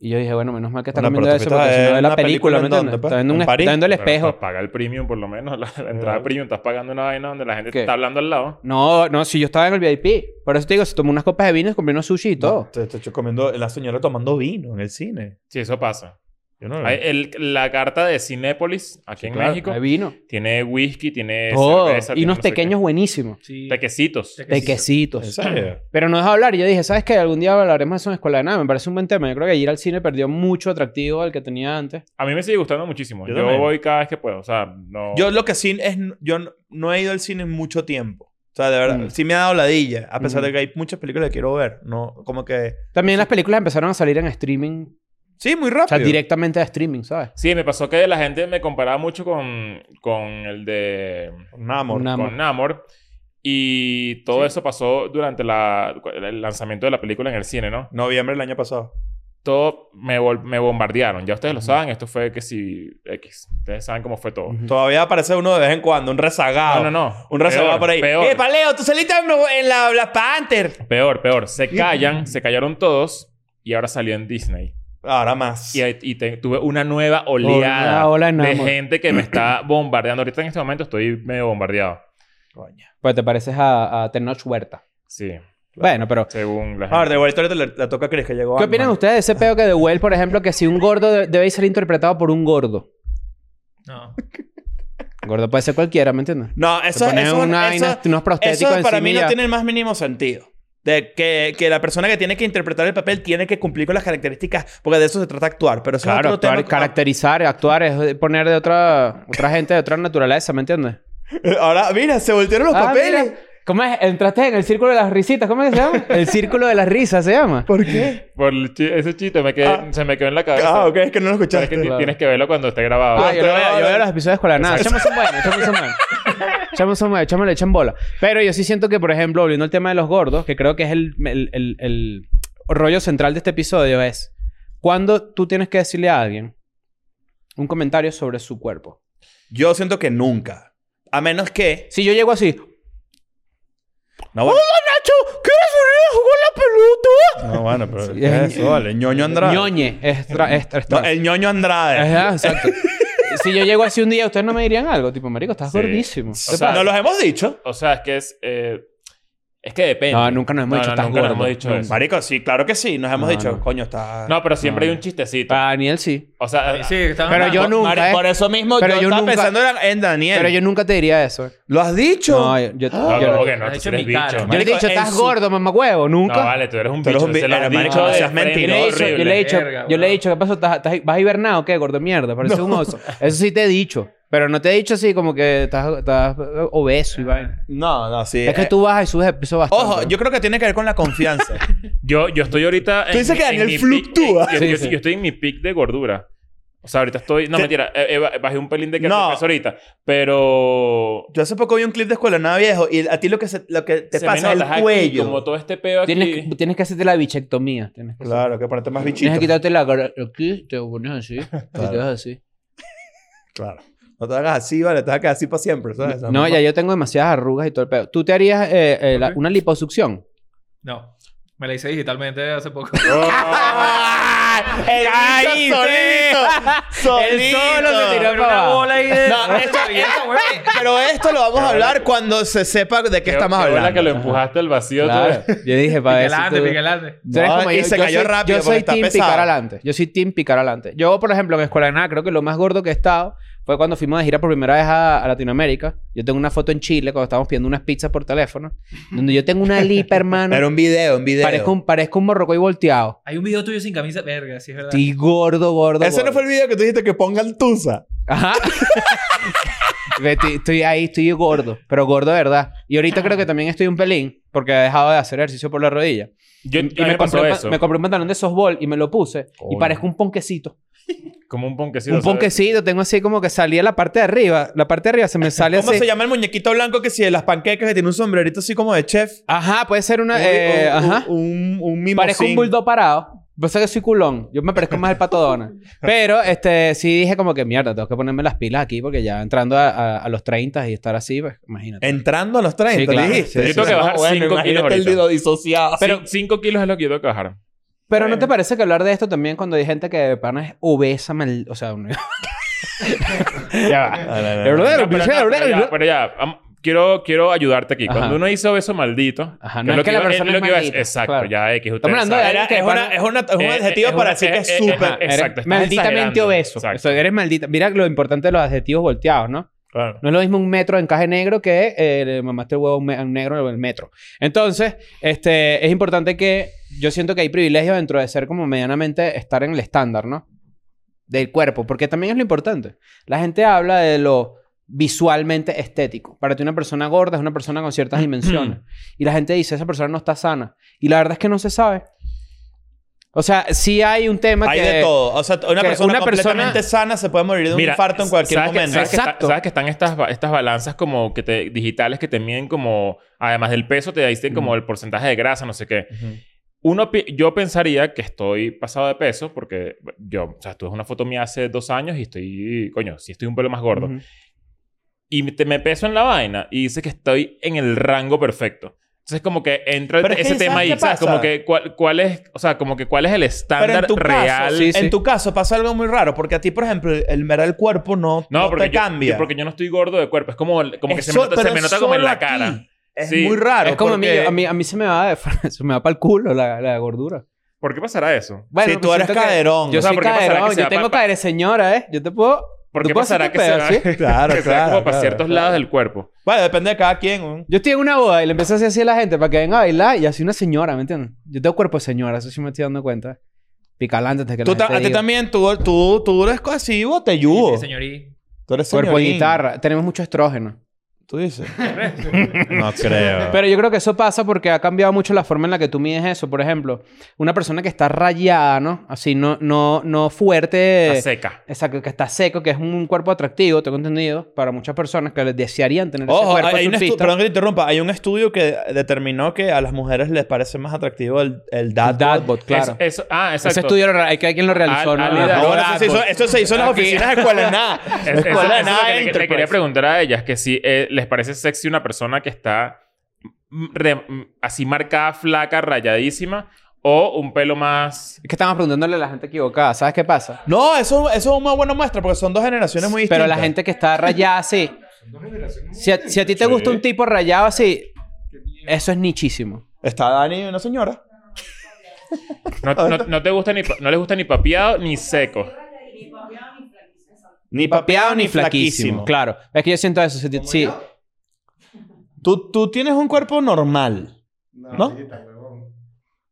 Speaker 3: Y yo dije, bueno, menos mal que está
Speaker 1: Bueno,
Speaker 3: comiendo
Speaker 1: pero tú fuiste a
Speaker 3: eso, porque si
Speaker 1: ver
Speaker 3: no ve la
Speaker 1: una
Speaker 3: película,
Speaker 1: película
Speaker 3: ¿me
Speaker 1: en dónde,
Speaker 3: entiendes?
Speaker 1: pues?
Speaker 3: Está viendo, un
Speaker 1: ¿En
Speaker 3: es-
Speaker 1: París?
Speaker 3: está viendo el
Speaker 2: Bueno,
Speaker 3: espejo.
Speaker 2: pa- paga el premium por lo menos, la, la entrada
Speaker 1: Claro.
Speaker 2: premium. Estás pagando una vaina donde la gente
Speaker 3: ¿Qué?
Speaker 2: te está hablando al lado.
Speaker 3: No, no, si yo estaba en el VIP. Por eso te digo, se tomó unas copas de vino y se comió unos sushi y todo.
Speaker 1: Te, te estoy comiendo, la señora tomando vino en el cine.
Speaker 2: Sí, eso pasa.
Speaker 1: Yo no
Speaker 2: Hay el- la carta de Cinépolis aquí en
Speaker 1: Hmm. claro,
Speaker 2: México
Speaker 3: Hay vino.
Speaker 2: tiene whisky, tiene
Speaker 3: Todo.
Speaker 2: cerveza,
Speaker 3: Y
Speaker 2: tiene
Speaker 3: unos
Speaker 2: no sé qué.
Speaker 3: pequeños buenísimos.
Speaker 4: Sí.
Speaker 2: Tequecitos.
Speaker 4: Teque-
Speaker 3: De quesitos.
Speaker 2: eh,
Speaker 1: ¿En serio?
Speaker 3: Pero no dejó hablar. Y yo dije, ¿sabes qué? Algún día hablaremos de eso en Escuela de Nada. Me parece un buen tema. Yo creo que ir al cine perdió mucho atractivo al que tenía antes.
Speaker 2: A mí me sigue gustando muchísimo.
Speaker 1: Yo
Speaker 2: Yo,
Speaker 1: también.
Speaker 2: voy cada vez que puedo. O sea, no...
Speaker 1: Yo lo que sí es, yo no- no he ido al cine en mucho tiempo. O sea, de verdad,
Speaker 3: Mm.
Speaker 1: sí me ha dado ladilla, a pesar
Speaker 3: Mm.
Speaker 1: de que hay muchas películas que quiero ver. No, como que...
Speaker 3: También las películas empezaron a salir en streaming.
Speaker 1: Sí, muy
Speaker 3: O sea,
Speaker 1: rápido.
Speaker 3: directamente a streaming, ¿sabes?
Speaker 2: Sí, me pasó que la gente me comparaba mucho con, con el de...
Speaker 1: Namor.
Speaker 3: Una- Namor.
Speaker 2: Con Namor. Y todo eso pasó durante la- el lanzamiento de la película en el cine, ¿no?
Speaker 1: Noviembre del año pasado.
Speaker 2: Todo me, vol- me bombardearon. Ya ustedes lo saben. Esto fue que si... X. Ustedes saben cómo fue todo.
Speaker 3: Ujú.
Speaker 1: Todavía aparece uno de vez en cuando, un rezagado.
Speaker 2: No, no, no.
Speaker 1: Un rezagado
Speaker 2: Peor,
Speaker 1: por ahí.
Speaker 2: Peor.
Speaker 1: ¡Eh, Paleo, tú saliste en en la, la Panther!
Speaker 2: Peor, peor. Se callan, se callaron todos y ahora salió en Disney.
Speaker 1: Ahora más.
Speaker 2: Y, y te- tuve una nueva oleada
Speaker 3: Hola, hola,
Speaker 2: de
Speaker 3: enamor.
Speaker 2: gente que me está bombardeando. Ahorita en este momento estoy medio bombardeado.
Speaker 1: Coño.
Speaker 3: Pues te pareces a, a Tenoch Huerta.
Speaker 2: Sí.
Speaker 3: Bueno, pero...
Speaker 2: según la gente.
Speaker 1: A ver, de vuelta ahorita le- la toca a Chris, que llegó
Speaker 3: ¿Qué
Speaker 1: Ant-Man.
Speaker 3: opinan ustedes de ese peo que de Well, por ejemplo, que si un gordo de- debe ser interpretado por un gordo?
Speaker 4: No.
Speaker 3: Gordo puede ser cualquiera, ¿me entiendes?
Speaker 1: No,
Speaker 3: Te
Speaker 1: eso,
Speaker 3: ponen
Speaker 1: eso,
Speaker 3: una vaina,
Speaker 1: eso-
Speaker 3: unos prostéticos
Speaker 1: eso para
Speaker 3: encima
Speaker 1: mí
Speaker 3: y
Speaker 1: no
Speaker 3: ya.
Speaker 1: tiene el más mínimo sentido. De que, que la persona que tiene que interpretar el papel tiene que cumplir con las características, porque de eso se trata actuar. Pero eso
Speaker 3: Claro,
Speaker 1: es otro
Speaker 3: actuar,
Speaker 1: tema.
Speaker 3: caracterizar, actuar es poner de otra, otra gente de otra naturaleza, ¿me entiendes?
Speaker 1: Ah, Ahora, mira, se voltearon los
Speaker 3: Ah,
Speaker 1: papeles.
Speaker 3: mira. ¿Cómo es? Entraste en el círculo de las risitas. ¿Cómo es que se llama? El círculo de las risas se llama.
Speaker 1: ¿Por qué?
Speaker 2: Por el chi- ese chiste me quedé-
Speaker 1: Ah.
Speaker 2: se me quedó en la cabeza.
Speaker 1: Ah, ok, es que no lo
Speaker 2: Pero es
Speaker 1: escuchaste.
Speaker 2: que ti-
Speaker 3: claro.
Speaker 2: tienes que verlo cuando esté grabado.
Speaker 3: Ah, yo, lo veo, yo veo los episodios con la nada.
Speaker 2: Exacto.
Speaker 3: Echamos son buenos, echamos son buenos. Echamos son buenos, echamos le echan bola. Pero yo sí siento que, por ejemplo, volviendo al tema de los gordos, que creo que es el, el- el- el rollo central de este episodio, es cuando tú tienes que decirle a alguien un comentario sobre su cuerpo.
Speaker 1: Yo siento que nunca. A menos que.
Speaker 3: Si yo llego así,
Speaker 1: No, bueno,
Speaker 3: Nacho, ¿qué es?
Speaker 1: no, bueno pero.
Speaker 3: Sí,
Speaker 1: ¿qué
Speaker 3: es
Speaker 1: es eso, vale. Ñoño
Speaker 3: ¿Jugó la pelota?
Speaker 1: Andrade.
Speaker 3: Ñoñe. Es tra- es- es
Speaker 1: No,
Speaker 3: tra-
Speaker 2: eh,
Speaker 1: el ñoño Andrade.
Speaker 3: Ajá, exacto. si yo llego así un día, ustedes no me dirían algo. Tipo, marico, estás
Speaker 2: Sí.
Speaker 3: gordísimo.
Speaker 2: O sea,
Speaker 1: no los hemos dicho.
Speaker 2: O sea, es que es. eh, es que depende.
Speaker 3: No, nunca nos hemos dicho, "Estás
Speaker 2: nunca nos
Speaker 3: gordo".
Speaker 2: hemos dicho
Speaker 3: Nunca.
Speaker 2: eso.
Speaker 1: Marico, sí, claro que sí. Nos hemos
Speaker 3: No,
Speaker 1: dicho,
Speaker 3: no.
Speaker 1: coño, está.
Speaker 2: No, pero siempre
Speaker 3: No.
Speaker 2: hay un chistecito.
Speaker 3: Para Daniel sí.
Speaker 2: O sea,
Speaker 4: Sí, estaban
Speaker 3: Pero yo
Speaker 4: mal.
Speaker 3: nunca,
Speaker 1: Mari-
Speaker 3: ¿eh?
Speaker 1: Por eso mismo
Speaker 3: Pero
Speaker 1: yo,
Speaker 3: yo
Speaker 1: estaba
Speaker 3: nunca-
Speaker 1: pensando era en Daniel.
Speaker 3: Pero yo nunca te diría eso.
Speaker 1: ¿Lo has dicho?
Speaker 3: No, yo, yo-
Speaker 2: ah, no,
Speaker 3: yo-
Speaker 2: como que no,
Speaker 4: Lo
Speaker 2: tú
Speaker 4: has hecho en
Speaker 2: eres
Speaker 4: mi cara,
Speaker 2: bicho.
Speaker 3: yo le he
Speaker 1: Marico,
Speaker 3: dicho,
Speaker 1: en
Speaker 3: estás
Speaker 1: su-
Speaker 3: gordo, mamá huevo. Nunca.
Speaker 2: No, vale, tú eres un
Speaker 1: Tú eres
Speaker 2: bicho.
Speaker 1: un
Speaker 2: se
Speaker 1: bicho,
Speaker 2: lo has
Speaker 1: marico,
Speaker 2: dicho
Speaker 1: no
Speaker 2: de
Speaker 1: seas
Speaker 2: frente,
Speaker 3: yo le he dicho, yo
Speaker 2: horrible.
Speaker 3: le he dicho,
Speaker 4: Verga,
Speaker 3: yo le he
Speaker 4: weón.
Speaker 3: dicho, ¿qué pasó? ¿Estás, estás- vas hibernado o qué, gordo mierda? Pareces un oso. Eso sí te he dicho. Pero no te he dicho así como que estás, estás obeso y vaina.
Speaker 1: No, no, sí.
Speaker 3: Es que
Speaker 1: Eh,
Speaker 3: tú bajas y subes de peso bastante.
Speaker 1: Ojo, yo creo que tiene que ver con la confianza.
Speaker 2: Yo, yo estoy ahorita. en
Speaker 1: dices
Speaker 2: mi-
Speaker 1: que
Speaker 2: en
Speaker 1: Daniel
Speaker 2: mi
Speaker 1: fluctúa.
Speaker 2: peak- yo,
Speaker 3: Sí,
Speaker 2: yo-
Speaker 3: sí.
Speaker 2: yo estoy en mi pic de gordura. O sea, ahorita estoy. No,
Speaker 1: Te-
Speaker 2: mentira. eh, eh, ba- bajé un pelín de que
Speaker 1: No.
Speaker 2: ahorita. Pero.
Speaker 1: Yo hace poco vi un clip de Escuela de Nada Viejo y a ti lo que, se- lo que te
Speaker 2: se me
Speaker 1: pasa es
Speaker 2: nota
Speaker 1: el
Speaker 2: aquí,
Speaker 1: cuello.
Speaker 2: como todo este peo aquí.
Speaker 3: Tienes, que- tienes que hacerte la bichectomía. Tienes que,
Speaker 1: Claro, que ponerte más bichito.
Speaker 3: tienes que quitarte la cara aquí, te pones así, y te vas así.
Speaker 1: Claro. No te hagas así, vale, te vas a quedar así para siempre, ¿sabes?
Speaker 3: No, ya yo tengo demasiadas arrugas y todo el pedo. ¿Tú te harías eh, eh, la- una liposucción?
Speaker 4: No. Me la hice digitalmente hace poco.
Speaker 1: ¡Ah! ¡El bicho solito! ¡Solito!
Speaker 4: Pero una bola ahí de...
Speaker 1: No, esto, Ah, esto- pero esto lo vamos a hablar cuando se sepa de qué, estamos
Speaker 2: Qué buena
Speaker 1: hablando.
Speaker 2: que lo empujaste al vacío.
Speaker 3: Claro.
Speaker 2: todo.
Speaker 3: Yo dije, para ver si
Speaker 4: Miguelante,
Speaker 3: tú-
Speaker 4: Miguelante.
Speaker 3: Tú eres
Speaker 1: No,
Speaker 3: como
Speaker 1: y se cayó
Speaker 3: soy-
Speaker 1: rápido
Speaker 3: Yo
Speaker 1: porque
Speaker 3: soy
Speaker 1: está
Speaker 3: team
Speaker 1: pesado.
Speaker 3: picar adelante. Yo soy team picar adelante. Yo, por ejemplo, en Escuela de Nada, creo que lo más gordo que he estado fue cuando fuimos de gira por primera vez a, a Latinoamérica. Yo tengo una foto en Chile cuando estábamos pidiendo unas pizzas por teléfono. donde yo tengo una lipa, hermano.
Speaker 1: Era un video, un video.
Speaker 3: Parezco un, parezco un morrocoy volteado.
Speaker 4: Hay un video tuyo sin camisa. Verga, sí es verdad.
Speaker 3: Estoy gordo, gordo,
Speaker 1: Ese no fue el video que tú dijiste que pongan Tusa.
Speaker 3: Ajá. estoy, estoy ahí, estoy gordo. Pero gordo de verdad. Y ahorita creo que también estoy un pelín porque he dejado de hacer ejercicio por la rodilla.
Speaker 2: Yo,
Speaker 3: y
Speaker 2: a mí
Speaker 3: me,
Speaker 2: me pasó
Speaker 3: compré, un pa-
Speaker 2: eso.
Speaker 3: me compré un pantalón de softball y me lo puse. Y
Speaker 2: Coño.
Speaker 3: parezco un ponquecito.
Speaker 2: Como un ponquecito.
Speaker 3: un
Speaker 2: ¿sabes?
Speaker 3: ponquecito. Tengo así como que salía la parte de arriba. La parte de arriba se me sale
Speaker 1: ¿Cómo
Speaker 3: así.
Speaker 1: se llama el muñequito blanco que si de las panquecas que tiene un sombrerito así como de chef?
Speaker 3: Ajá, puede ser una...
Speaker 1: Un-
Speaker 3: eh,
Speaker 1: un,
Speaker 3: ajá.
Speaker 1: Un, un, mimosín.
Speaker 3: parezco un bulldog parado. Pasa que soy culón. Yo me parezco más al pato Donald. Pero este, sí dije como que mierda, tengo que ponerme las pilas aquí porque ya entrando a, a- a los 30 y estar así, pues imagínate.
Speaker 1: Entrando a los 30,
Speaker 3: Sí, claro.
Speaker 1: dijiste.
Speaker 2: Yo tengo que bajar
Speaker 1: Bueno,
Speaker 2: 5 kilos
Speaker 1: imagínate el
Speaker 2: ahorita.
Speaker 1: dedo disociado.
Speaker 2: Pero 5 kilos es lo que yo tengo que bajar.
Speaker 3: Pero ¿no te parece que hablar de esto también cuando hay gente que de pana es obesa, mal... o sea, un-
Speaker 2: Ya va.
Speaker 1: Ah, No, no, no.
Speaker 3: Pero-
Speaker 2: No, pero, no, pero ya, pero ya, am- quiero, quiero ayudarte aquí.
Speaker 3: Ajá.
Speaker 2: Cuando uno hizo eso maldito,
Speaker 3: Ajá, no es que la
Speaker 2: iba-
Speaker 3: persona
Speaker 2: lo
Speaker 3: es
Speaker 2: que iba a-
Speaker 3: maldita,
Speaker 2: Exacto,
Speaker 3: claro.
Speaker 2: ya X.
Speaker 3: Estamos hablando de
Speaker 2: saben.
Speaker 1: Era-
Speaker 3: alguien que
Speaker 1: es,
Speaker 3: pana-
Speaker 1: una, es, una, es un
Speaker 2: Eh,
Speaker 1: adjetivo
Speaker 2: eh,
Speaker 1: para
Speaker 2: es
Speaker 1: decir que
Speaker 2: una-
Speaker 1: es
Speaker 2: eh,
Speaker 1: súper.
Speaker 2: ajá, exacto,
Speaker 3: Eres
Speaker 2: estás
Speaker 3: malditamente
Speaker 2: exagerando.
Speaker 3: obeso.
Speaker 2: Exacto.
Speaker 3: O sea, eres maldita. Mira lo importante de los adjetivos volteados, ¿no?
Speaker 1: Claro.
Speaker 3: No es lo mismo un metro de encaje negro que eh, le mamaste el huevo a un, me- a un negro en el metro. Entonces, este, es importante que yo siento que hay privilegios dentro de ser como medianamente estar en el estándar, ¿no? Del cuerpo, porque también es lo importante. La gente habla de lo visualmente estético. Para ti una persona gorda es una persona con ciertas dimensiones. y la gente dice, esa persona no está sana. Y la verdad es que no se sabe. O sea, sí hay un tema
Speaker 1: Hay
Speaker 3: que...
Speaker 1: de todo. O sea, una
Speaker 3: que
Speaker 1: persona
Speaker 3: una persona-
Speaker 1: completamente sana se puede morir de un infarto en cualquier
Speaker 2: ¿sabes que-
Speaker 1: momento.
Speaker 2: ¿sabes que, está-
Speaker 3: Exacto.
Speaker 2: sabes que están estas, ba- estas balanzas como que te, digitales que te miden como, además del peso, te dicen como el porcentaje de grasa, no sé qué. Uno, pi- yo pensaría que estoy pasado de peso porque yo, o sea, tuve una foto mía hace dos años y estoy, coño, sí estoy un pelo más gordo.
Speaker 3: Ujú.
Speaker 2: Y te- me peso en la vaina y dice que estoy en el rango perfecto. Entonces como que entra
Speaker 1: Pero es que
Speaker 2: ese
Speaker 1: ¿sabes
Speaker 2: tema ahí,
Speaker 1: qué
Speaker 2: ¿sabes?
Speaker 1: pasa?
Speaker 2: Como que cuál, cuál es, o sea, como que cuál es el
Speaker 1: Pero en
Speaker 2: estándar
Speaker 1: tu,
Speaker 2: real.
Speaker 1: caso,
Speaker 3: Sí, sí.
Speaker 1: en tu caso pasa algo muy raro, porque a ti, por ejemplo, el ver el cuerpo no,
Speaker 2: No,
Speaker 1: no
Speaker 2: porque
Speaker 1: te
Speaker 2: yo,
Speaker 1: cambia.
Speaker 2: yo- porque yo no estoy gordo de cuerpo. Es como, como que
Speaker 1: Es
Speaker 2: se me
Speaker 1: so-
Speaker 2: nota,
Speaker 1: pero
Speaker 2: se me
Speaker 1: es
Speaker 2: nota como en
Speaker 1: solo
Speaker 2: la
Speaker 1: aquí.
Speaker 2: cara.
Speaker 1: Es
Speaker 2: Sí,
Speaker 1: muy raro.
Speaker 3: es como a mí,
Speaker 1: porque
Speaker 3: a mí, a mí se me va, de- se me va para el culo la, la gordura.
Speaker 2: ¿Por qué pasará eso?
Speaker 1: si tú eres
Speaker 3: pues siento que-
Speaker 1: caderón.
Speaker 3: Yo
Speaker 2: O sea,
Speaker 3: soy
Speaker 2: ¿por qué pasará
Speaker 3: caderón,
Speaker 2: que
Speaker 3: yo
Speaker 2: sea
Speaker 3: tengo
Speaker 2: pa- pa-
Speaker 3: caderón, señora, ¿eh? Yo te puedo...
Speaker 2: ¿Por
Speaker 3: ¿Tú
Speaker 2: qué
Speaker 3: puedes
Speaker 2: pasará que
Speaker 3: hacerte
Speaker 2: se va-
Speaker 3: pedo,
Speaker 2: que
Speaker 1: Claro,
Speaker 2: sea
Speaker 1: claro,
Speaker 2: como para
Speaker 1: claro,
Speaker 2: ciertos
Speaker 1: claro.
Speaker 2: lados del cuerpo?
Speaker 1: Bueno, depende de cada quien. weón.
Speaker 3: Yo estoy en una boda y le empiezo a hacer así a la gente para que venga a bailar y así una señora, ¿me entiendes? Yo tengo cuerpo de señora, eso sí me estoy dando cuenta. Picalante antes que la
Speaker 1: Tú, ta-
Speaker 3: gente
Speaker 1: a ti
Speaker 3: diga.
Speaker 1: también, tú, tú, tú eres así, botelludo.
Speaker 4: Sí, sí, señorí.
Speaker 1: Tú eres
Speaker 3: Cuerpo de
Speaker 1: señorín.
Speaker 3: guitarra. Tenemos mucho estrógeno.
Speaker 1: Tú dices. no creo.
Speaker 3: Pero yo creo que eso pasa porque ha cambiado mucho la forma en la que tú mides eso. Por ejemplo, una persona que está rayada, ¿no? Así, no, no, no fuerte.
Speaker 1: Eh,
Speaker 2: Está seca.
Speaker 3: Exacto, que está seco, que es un cuerpo atractivo, tengo entendido, para muchas personas que les desearían tener ese
Speaker 1: Ojo, hay,
Speaker 3: cuerpo
Speaker 1: hay un estu-
Speaker 3: surfista.
Speaker 1: perdón que te interrumpa. Hay un estudio que determinó que a las mujeres les parece más atractivo el, el dad.
Speaker 3: El dadbot, claro.
Speaker 2: Eso- eso- ah, exacto.
Speaker 3: Ese estudio lo re- hay que hay quien lo realizó,
Speaker 2: Al-
Speaker 3: ¿no?
Speaker 2: al-
Speaker 3: Ah,
Speaker 2: al-
Speaker 3: no,
Speaker 1: Ahora,
Speaker 3: dadbot.
Speaker 1: eso, se hizo, eso se hizo en las
Speaker 2: Aquí.
Speaker 1: oficinas de escuela de nada.
Speaker 2: Es- eso-
Speaker 1: escuela de pues.
Speaker 2: eso es lo
Speaker 1: nada
Speaker 2: que le- le,
Speaker 1: Enterprise.
Speaker 2: quería preguntar a ellas que si eh, les parece sexy una persona que está mm, re- mm, así marcada, flaca, rayadísima o un pelo más
Speaker 3: Es que estamos preguntándole a la gente equivocada, ¿sabes qué pasa?
Speaker 1: No, eso, eso es una buena muestra porque son dos generaciones muy distintas.
Speaker 3: Pero la gente que está rayada así,
Speaker 5: Son dos generaciones.
Speaker 3: si a, si a ti te gusta un tipo rayado así, eso es nichísimo.
Speaker 1: Está Dani y una señora.
Speaker 2: no, no, no te gusta ni pa- no les gusta ni papiado ni seco.
Speaker 1: Ni
Speaker 3: Papeado ni flaquísimo. Claro. Es que yo siento eso. Si,
Speaker 5: ¿Cómo
Speaker 3: si-
Speaker 5: yo?
Speaker 1: Tú, tú tienes un cuerpo normal. ¿No?
Speaker 5: No, ahorita, huevón.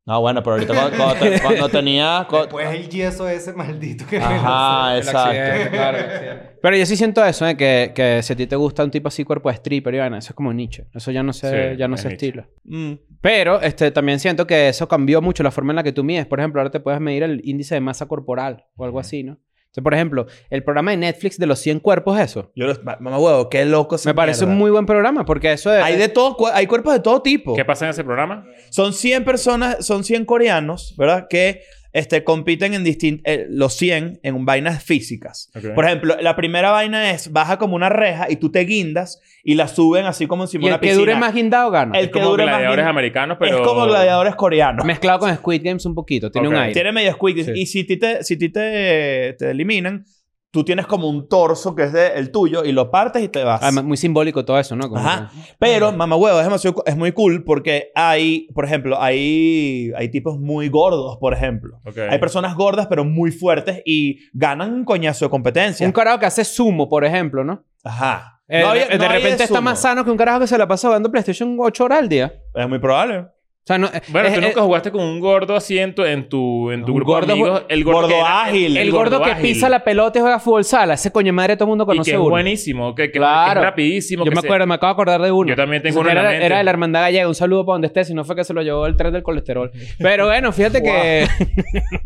Speaker 1: Ah, bueno, pero ahorita cuando, cuando te- cuando tenías... cuando-
Speaker 5: Pues el yeso ese maldito que
Speaker 1: Ajá, exacto.
Speaker 3: Pero yo sí siento eso, ¿eh? que, que si a ti te gusta un tipo así, cuerpo de stripper, y vaina, eso es como nicho. Eso ya no sé,
Speaker 2: Sí,
Speaker 3: ya no
Speaker 2: es
Speaker 3: sé
Speaker 2: nicho.
Speaker 3: estilo.
Speaker 1: Mm.
Speaker 3: Pero este, también siento que eso cambió mucho la forma en la que tú mides. Por ejemplo, ahora te puedes medir el índice de masa corporal o algo así, ¿no? Entonces, por ejemplo, el programa de Netflix de los 100 cuerpos, eso.
Speaker 1: Yo los... ma- Mamá huevo, qué loco esa
Speaker 3: Me parece
Speaker 1: mierda.
Speaker 3: un muy buen programa porque eso es...
Speaker 1: Hay de todo, cu- hay cuerpos de todo tipo.
Speaker 2: ¿Qué pasa en ese programa?
Speaker 1: Son 100 personas, son 100 coreanos, ¿verdad? Que este, compiten en distintos, los 100 en vainas físicas.
Speaker 2: Ok.
Speaker 1: Por ejemplo, la primera vaina es baja como una reja y tú te guindas y la suben así como encima
Speaker 3: y
Speaker 1: de
Speaker 3: el
Speaker 1: una
Speaker 3: que
Speaker 1: piscina.
Speaker 3: dure más guindado gana.
Speaker 1: El
Speaker 2: es
Speaker 1: que
Speaker 2: como
Speaker 1: dure más
Speaker 2: gladiadores
Speaker 1: bien-
Speaker 2: americanos, pero
Speaker 1: Es como gladiadores coreanos.
Speaker 3: Mezclado con Squid Games un poquito. Tiene
Speaker 2: Ok.
Speaker 3: un aire.
Speaker 1: Tiene medio squid.
Speaker 3: Sí.
Speaker 1: Y si ti te, si ti te, te eliminan, tú tienes como un torso que es de- el tuyo y lo partes y te vas.
Speaker 3: Además, muy simbólico todo eso, ¿no? Como
Speaker 1: Ajá.
Speaker 3: que-
Speaker 1: Pero, mamá huevo, es, demasiado cu- es muy cool porque hay, por ejemplo, hay, hay tipos muy gordos, por ejemplo.
Speaker 2: Ok.
Speaker 1: Hay personas gordas, pero muy fuertes y ganan un coñazo de competencia.
Speaker 3: Un carajo que hace sumo, por ejemplo, ¿no?
Speaker 1: Ajá.
Speaker 3: Eh,
Speaker 1: No había-
Speaker 3: de
Speaker 1: no había
Speaker 3: repente está
Speaker 1: sumo.
Speaker 3: más sano que un carajo que se la pasa jugando PlayStation 8 horas al día.
Speaker 1: Es muy probable.
Speaker 3: O sea, no, eh,
Speaker 2: Bueno,
Speaker 3: eh,
Speaker 2: tú
Speaker 3: eh,
Speaker 2: nunca jugaste con un gordo así en tu, en tu, en tu
Speaker 3: Un
Speaker 2: grupo
Speaker 3: gordo
Speaker 2: de amigos. El
Speaker 1: gordo
Speaker 2: que era-
Speaker 1: ágil.
Speaker 3: el, gordo, que
Speaker 2: ágil.
Speaker 3: pisa la pelota y juega fútbol sala. Ese coño de madre todo el mundo
Speaker 2: Y
Speaker 3: conoce
Speaker 2: que es
Speaker 3: uno.
Speaker 2: buenísimo, que, que- que
Speaker 3: Claro.
Speaker 2: es rapidísimo.
Speaker 3: Yo
Speaker 2: que
Speaker 3: me
Speaker 2: se-
Speaker 3: acuerdo, me acabo de acordar de uno.
Speaker 2: Yo también tengo
Speaker 3: Ese
Speaker 2: uno en la
Speaker 3: era,
Speaker 2: mente.
Speaker 3: era de la hermandad gallega. Un saludo para donde esté, si no fue que se lo llevó el tren del colesterol. Pero bueno, fíjate que...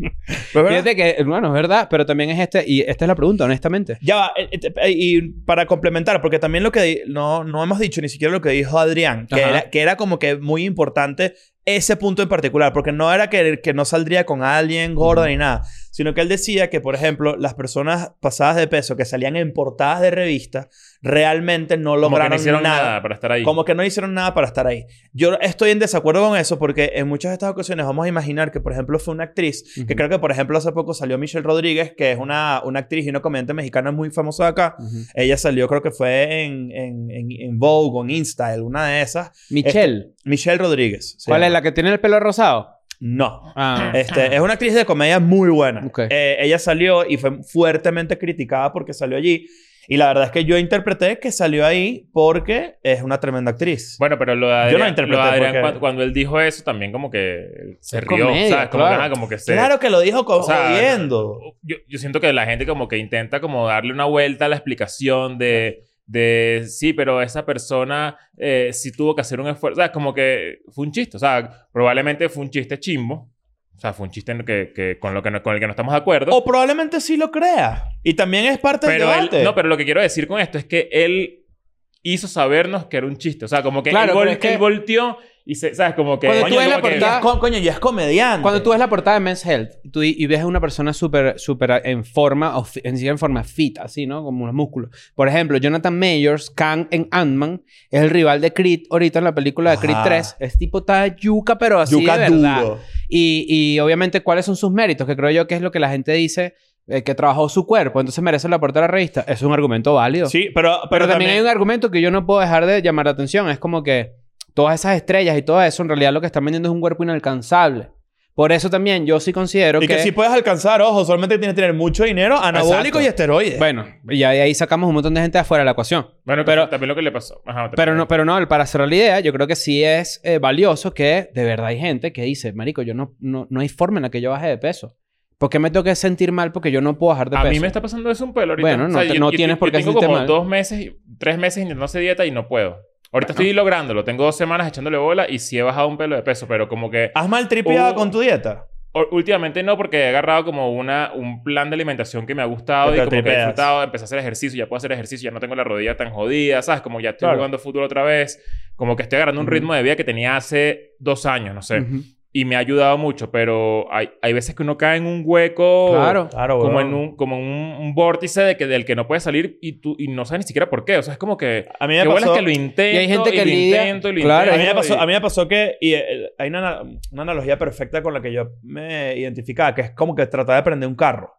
Speaker 3: fíjate que, bueno, es verdad. Pero también es este... Y esta es la pregunta, honestamente.
Speaker 1: Ya va, eh, eh, te- eh, y para complementar, porque también lo que di- no, no hemos dicho ni siquiera lo que dijo Adrián, que
Speaker 3: Ajá.
Speaker 1: era, que era como que muy importante ese punto en particular, porque no era que, que no saldría con alguien gordo ni nada, sino que él decía que, por ejemplo, las personas pasadas de peso que salían en portadas de revistas realmente no
Speaker 2: Como que
Speaker 1: lograron
Speaker 2: no hicieron nada.
Speaker 1: nada
Speaker 2: para estar ahí.
Speaker 1: como que no hicieron nada para estar ahí. Yo estoy en desacuerdo con eso porque en muchas de estas ocasiones vamos a imaginar que, por ejemplo, fue una actriz, que
Speaker 3: Ujú.
Speaker 1: creo que, por ejemplo, hace poco salió Michelle Rodríguez, que es una, una actriz y una comediante mexicana muy famosa de acá.
Speaker 3: Ujú.
Speaker 1: Ella salió, creo que fue en, en, en, en Vogue o en Insta, una de esas.
Speaker 3: Michelle,
Speaker 1: Michelle Rodríguez. se
Speaker 3: ¿cuál es
Speaker 1: llama.
Speaker 3: la que tiene el pelo rosado?
Speaker 1: No.
Speaker 3: Ah.
Speaker 1: Este, es una actriz de comedia muy buena.
Speaker 3: Ok.
Speaker 1: Eh, ella salió y fue fuertemente criticada porque salió allí. Y la verdad es que yo interpreté que salió ahí porque es una tremenda actriz.
Speaker 2: Bueno, pero lo de
Speaker 1: Yo no
Speaker 2: Adrián,
Speaker 1: interpreté
Speaker 2: lo de Adrián
Speaker 1: porque-
Speaker 2: cuando, cuando él dijo eso, también como que se
Speaker 3: Es
Speaker 2: rió.
Speaker 3: comedia,
Speaker 2: ¿sabes? Como,
Speaker 3: claro.
Speaker 2: que, ah, como que se...
Speaker 1: Claro que lo dijo co-
Speaker 2: o sea,
Speaker 1: jodiendo.
Speaker 2: Yo, yo siento que la gente como que intenta como darle una vuelta a la explicación de... De sí, pero esa persona eh, sí tuvo que hacer un esfuerzo. O sea, como que fue un chiste. O sea, probablemente fue un chiste chimbo. O sea, fue un chiste en el que, que- con, lo que no- con el que no estamos de acuerdo.
Speaker 3: Oh,
Speaker 1: O probablemente sí lo crea. Y también es parte
Speaker 2: pero
Speaker 1: del
Speaker 2: él,
Speaker 1: debate.
Speaker 2: no, pero lo que quiero decir con esto es que él hizo sabernos que era un chiste. O sea, como que,
Speaker 3: Claro,
Speaker 2: él, vol-
Speaker 3: pero es que-
Speaker 2: él volteó y se, ¿sabes? Como que.
Speaker 3: Cuando
Speaker 1: Coño,
Speaker 3: tú ves
Speaker 2: como
Speaker 3: la
Speaker 2: que-
Speaker 1: porque-
Speaker 3: portada-
Speaker 1: co- coño, ya es comediante.
Speaker 3: Eh, Cuando tú ves la portada de Men's Health y tú, y ves a una persona súper, súper eh, en forma, o fi- en, sí en forma fit, así, ¿no? Como unos músculos. Por ejemplo, Jonathan Mayors, Kang en Ant-Man, es el rival de Creed ahorita en la película de Creed
Speaker 1: Ajá.
Speaker 3: 3. Es tipo está yuca, pero así
Speaker 1: Yuca
Speaker 3: de verdad.
Speaker 1: duro.
Speaker 3: Y, y obviamente, ¿cuáles son sus méritos? Que creo yo que es lo que la gente dice eh, que trabajó su cuerpo. Entonces merece la portada de la revista. Es un argumento válido.
Speaker 1: Sí, pero, pero,
Speaker 3: Pero, también, hay un argumento que yo no puedo dejar de llamar la atención. Es como que, todas esas estrellas y todo eso, en realidad lo que están vendiendo es un cuerpo inalcanzable. Por eso también yo sí considero
Speaker 1: Y que si puedes alcanzar, ojo, solamente tienes que tener mucho dinero, anabólico
Speaker 3: Exacto.
Speaker 1: y esteroides.
Speaker 3: Bueno, y ahí, ahí sacamos un montón de gente afuera de la ecuación.
Speaker 2: Bueno,
Speaker 3: Pero-
Speaker 2: pero, también lo que le pasó. Ajá,
Speaker 3: Pero no, pero no, para cerrar la idea, yo creo que sí es eh, valioso que de verdad hay gente que dice, marico, yo no, no, no hay forma en la que yo baje de peso. ¿Por qué me tengo que sentir mal porque yo no puedo bajar de
Speaker 2: a
Speaker 3: peso?
Speaker 2: mí me está pasando eso un pelo ahorita.
Speaker 3: Bueno, no te- no tienes por qué
Speaker 2: Tengo
Speaker 3: sentirte
Speaker 2: como
Speaker 3: mal.
Speaker 2: dos meses, tres meses intentando hacer dieta y no puedo. Ahorita estoy lográndolo. Tengo dos semanas echándole bola y sí he bajado un pelo de peso, pero como que
Speaker 1: ¿Has mal tripeado
Speaker 2: Uh.
Speaker 1: con tu dieta?
Speaker 2: o- últimamente no, porque he agarrado como una, un plan de alimentación que me ha gustado
Speaker 1: Que
Speaker 2: y
Speaker 1: te
Speaker 2: como que he
Speaker 1: tripeas.
Speaker 2: disfrutado. Empecé a hacer ejercicio, ya puedo hacer ejercicio, ya no tengo la rodilla tan jodida, ¿sabes? Como ya estoy
Speaker 1: Claro.
Speaker 2: jugando fútbol otra vez. Como que estoy agarrando un
Speaker 3: Ujú.
Speaker 2: ritmo de vida que tenía hace dos años, no sé.
Speaker 3: Ujú.
Speaker 2: Y me ha ayudado mucho, pero hay, hay veces que uno cae en un
Speaker 1: Oh.
Speaker 2: hueco.
Speaker 3: Claro.
Speaker 1: Claro,
Speaker 2: como
Speaker 1: weón.
Speaker 2: en un, como en un, un vórtice de que, del que no puedes salir y tú y no sabes ni siquiera por qué. O sea, es como que.
Speaker 1: A mí
Speaker 2: Qué
Speaker 1: me
Speaker 2: bueno
Speaker 1: pasó...
Speaker 2: es que lo intento.
Speaker 3: Y hay gente que
Speaker 2: lo
Speaker 3: lidia-
Speaker 2: intento y lo
Speaker 3: Claro,
Speaker 1: A
Speaker 2: intento
Speaker 1: mí, me
Speaker 2: y-
Speaker 1: pasó, a mí me pasó que y, eh, hay una, ana- una analogía perfecta con la que yo me identificaba, que es como que trataba de prender un carro.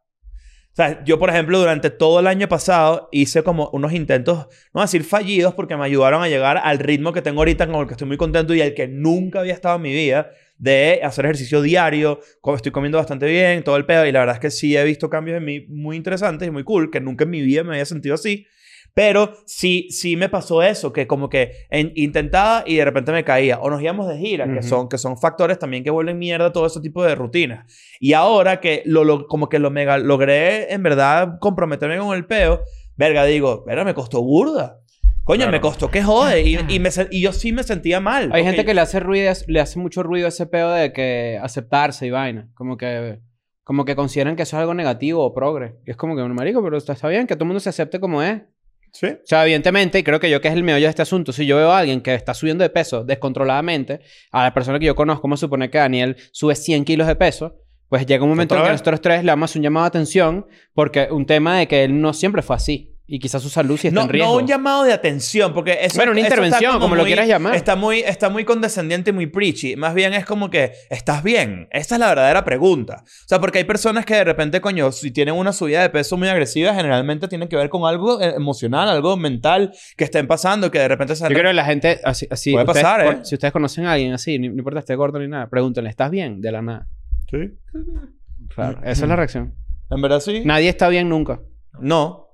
Speaker 1: O sea, yo, por ejemplo, durante todo el año pasado hice como unos intentos, no voy a decir fallidos, porque me ayudaron a llegar al ritmo que tengo ahorita, con el que estoy muy contento y el que nunca había estado en mi vida, de hacer ejercicio diario, co- estoy comiendo bastante bien, todo el pedo, y la verdad es que sí he visto cambios en mí muy interesantes y muy cool, que nunca en mi vida me había sentido así. Pero sí, sí me pasó eso, que como que en- intentaba y de repente me caía. O nos íbamos de gira, que,
Speaker 3: Ujú.
Speaker 1: son, que son factores también que vuelven mierda todo ese tipo de rutinas. Y ahora que lo, lo- como que lo mega, logré en verdad comprometerme con el peo, verga, digo, verga, me costó burda. Coño,
Speaker 2: Claro.
Speaker 1: me costó que jode. Y, y me se- y yo sí me sentía mal.
Speaker 3: Hay
Speaker 1: porque-
Speaker 3: gente que le hace ruido, le hace mucho ruido ese pedo de que aceptarse y vaina. Como que, como que consideran que eso es algo negativo o progre. Y es como que, bueno, marico, pero está, está bien que todo el mundo se acepte como es.
Speaker 1: Sí.
Speaker 3: O sea, evidentemente, y creo que yo que es el meollo de este asunto, si yo veo a alguien que está subiendo de peso descontroladamente, a la persona que yo conozco, como supone que Daniel sube 100 kilos de peso, pues llega un momento en
Speaker 1: Otra
Speaker 3: que
Speaker 1: vez.
Speaker 3: nosotros tres le damos un llamado de atención porque un tema de que él no siempre fue así. Y quizás su salud sí está
Speaker 1: No,
Speaker 3: en riesgo.
Speaker 1: no un llamado de atención, porque eso.
Speaker 3: Bueno, una
Speaker 1: eso está
Speaker 3: intervención, como lo
Speaker 1: muy-
Speaker 3: quieras llamar.
Speaker 1: Está muy, está muy condescendiente y muy preachy. Más bien es como que, ¿estás bien? Esa es la verdadera pregunta. O sea, porque hay personas que de repente, coño, si tienen una subida de peso muy agresiva, generalmente tiene que ver con algo eh, emocional, algo mental que estén pasando, que de repente se.
Speaker 3: Yo creo que la gente, así, así
Speaker 1: Puede
Speaker 3: ustedes-
Speaker 1: pasar, ¿eh?
Speaker 3: si ustedes conocen a alguien así, ni- no importa esté gordo ni nada, pregúntenle, ¿estás bien? De la nada.
Speaker 1: Sí.
Speaker 3: Claro, esa
Speaker 1: Mm.
Speaker 3: es la reacción.
Speaker 1: En verdad sí.
Speaker 3: Nadie está bien nunca.
Speaker 1: No.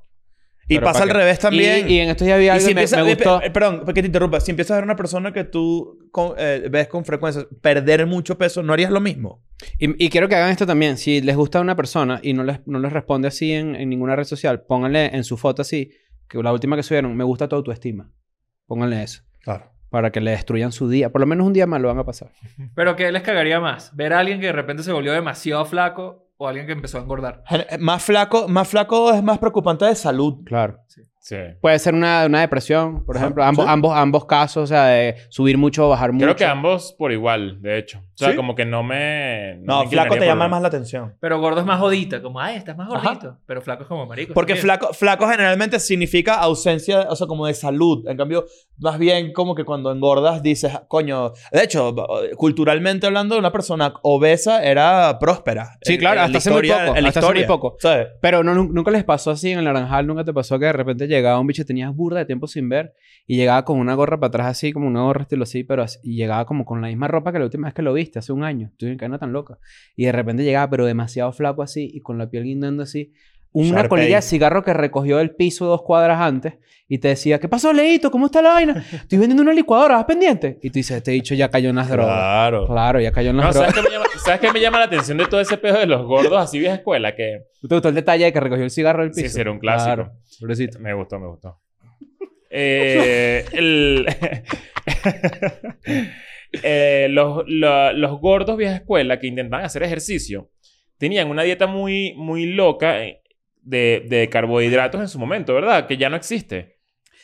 Speaker 1: Y
Speaker 3: Pero
Speaker 1: pasa
Speaker 3: ¿pa'
Speaker 1: al
Speaker 3: qué?
Speaker 1: revés también.
Speaker 3: Y, y en estos días vi
Speaker 1: Y
Speaker 3: algo
Speaker 1: si
Speaker 3: que me,
Speaker 1: empieza-
Speaker 3: me
Speaker 1: eh, pe-
Speaker 3: gustó.
Speaker 1: eh, perdón, que te interrumpa. Si empiezas a ver una persona que tú con- eh, ves con frecuencia perder mucho peso, ¿no harías lo mismo?
Speaker 3: Y, y quiero que hagan esto también. Si les gusta una persona y no les, no les responde así en, en ninguna red social, pónganle en su foto así, que la última que subieron, me gusta tu autoestima. Pónganle eso.
Speaker 1: Claro.
Speaker 3: Para que le destruyan su día. Por lo menos un día más lo van a pasar.
Speaker 4: Pero ¿qué les cagaría más? ¿Ver a alguien que de repente se volvió demasiado flaco o alguien que empezó a engordar?
Speaker 1: Gen- eh, Más flaco, más flaco es más preocupante de salud.
Speaker 3: Claro.
Speaker 2: Sí.
Speaker 3: Puede ser una, una depresión, por
Speaker 1: Ajá,
Speaker 3: ejemplo. Ambos,
Speaker 1: sí.
Speaker 3: ambos, ambos casos, o sea, de subir mucho o bajar mucho.
Speaker 2: Creo que ambos por igual, de hecho. O sea,
Speaker 1: ¿Sí?
Speaker 2: como que no me.
Speaker 1: No,
Speaker 2: me
Speaker 1: flaco
Speaker 2: inclinaría
Speaker 1: te
Speaker 2: por
Speaker 1: llama
Speaker 2: uno.
Speaker 1: más la atención.
Speaker 4: Pero gordo es más jodita, como, ay, estás más
Speaker 1: Ajá.
Speaker 4: gordito. Pero flaco es como marico.
Speaker 1: Porque
Speaker 4: también.
Speaker 1: flaco, flaco generalmente significa ausencia, o sea, como de salud. En cambio, más bien como que cuando engordas dices, "Ah, coño. De hecho, culturalmente hablando, una persona obesa era próspera.
Speaker 3: Sí,
Speaker 1: En-
Speaker 3: claro,
Speaker 1: en
Speaker 3: hasta
Speaker 1: la
Speaker 3: hace muy
Speaker 1: historia-
Speaker 3: poco,
Speaker 1: en la
Speaker 3: hasta hace muy
Speaker 1: historia.
Speaker 3: poco.
Speaker 1: ¿Sabes?
Speaker 3: Pero no, nu- nunca les pasó así en el naranjal, nunca te pasó que de repente llegaba un bicho que tenías burda de tiempo sin ver y llegaba con una gorra para atrás así, como una gorra estilo así, pero así- y llegaba como con la misma ropa que la última vez que lo viste, hace un año. Tú en cadena tan loca. Y de repente llegaba, pero demasiado flaco así y con la piel guindando así. Una
Speaker 1: Sharpay.
Speaker 3: colilla de cigarro que recogió del piso dos cuadras antes y te decía, ¿qué pasó, Leito? ¿Cómo está la vaina? Estoy vendiendo una licuadora, ¿vas pendiente? Y tú dices, este bicho ya cayó en las drogas.
Speaker 1: Claro.
Speaker 3: Claro, ya cayó en las
Speaker 2: No,
Speaker 3: drogas.
Speaker 2: ¿sabes qué, me llama, ¿sabes qué me llama la atención de todo ese pedo de los gordos así vieja escuela? Que
Speaker 3: ¿Te gustó el detalle de que recogió el cigarro del
Speaker 2: Sí,
Speaker 3: piso?
Speaker 2: sí, era un clásico.
Speaker 3: Claro, pobrecito.
Speaker 2: me gustó, me gustó. Eh, el- Eh, los, la- los gordos vieja escuela que intentaban hacer ejercicio tenían una dieta muy, muy loca eh, de, de carbohidratos en su momento, ¿verdad? Que ya no existe.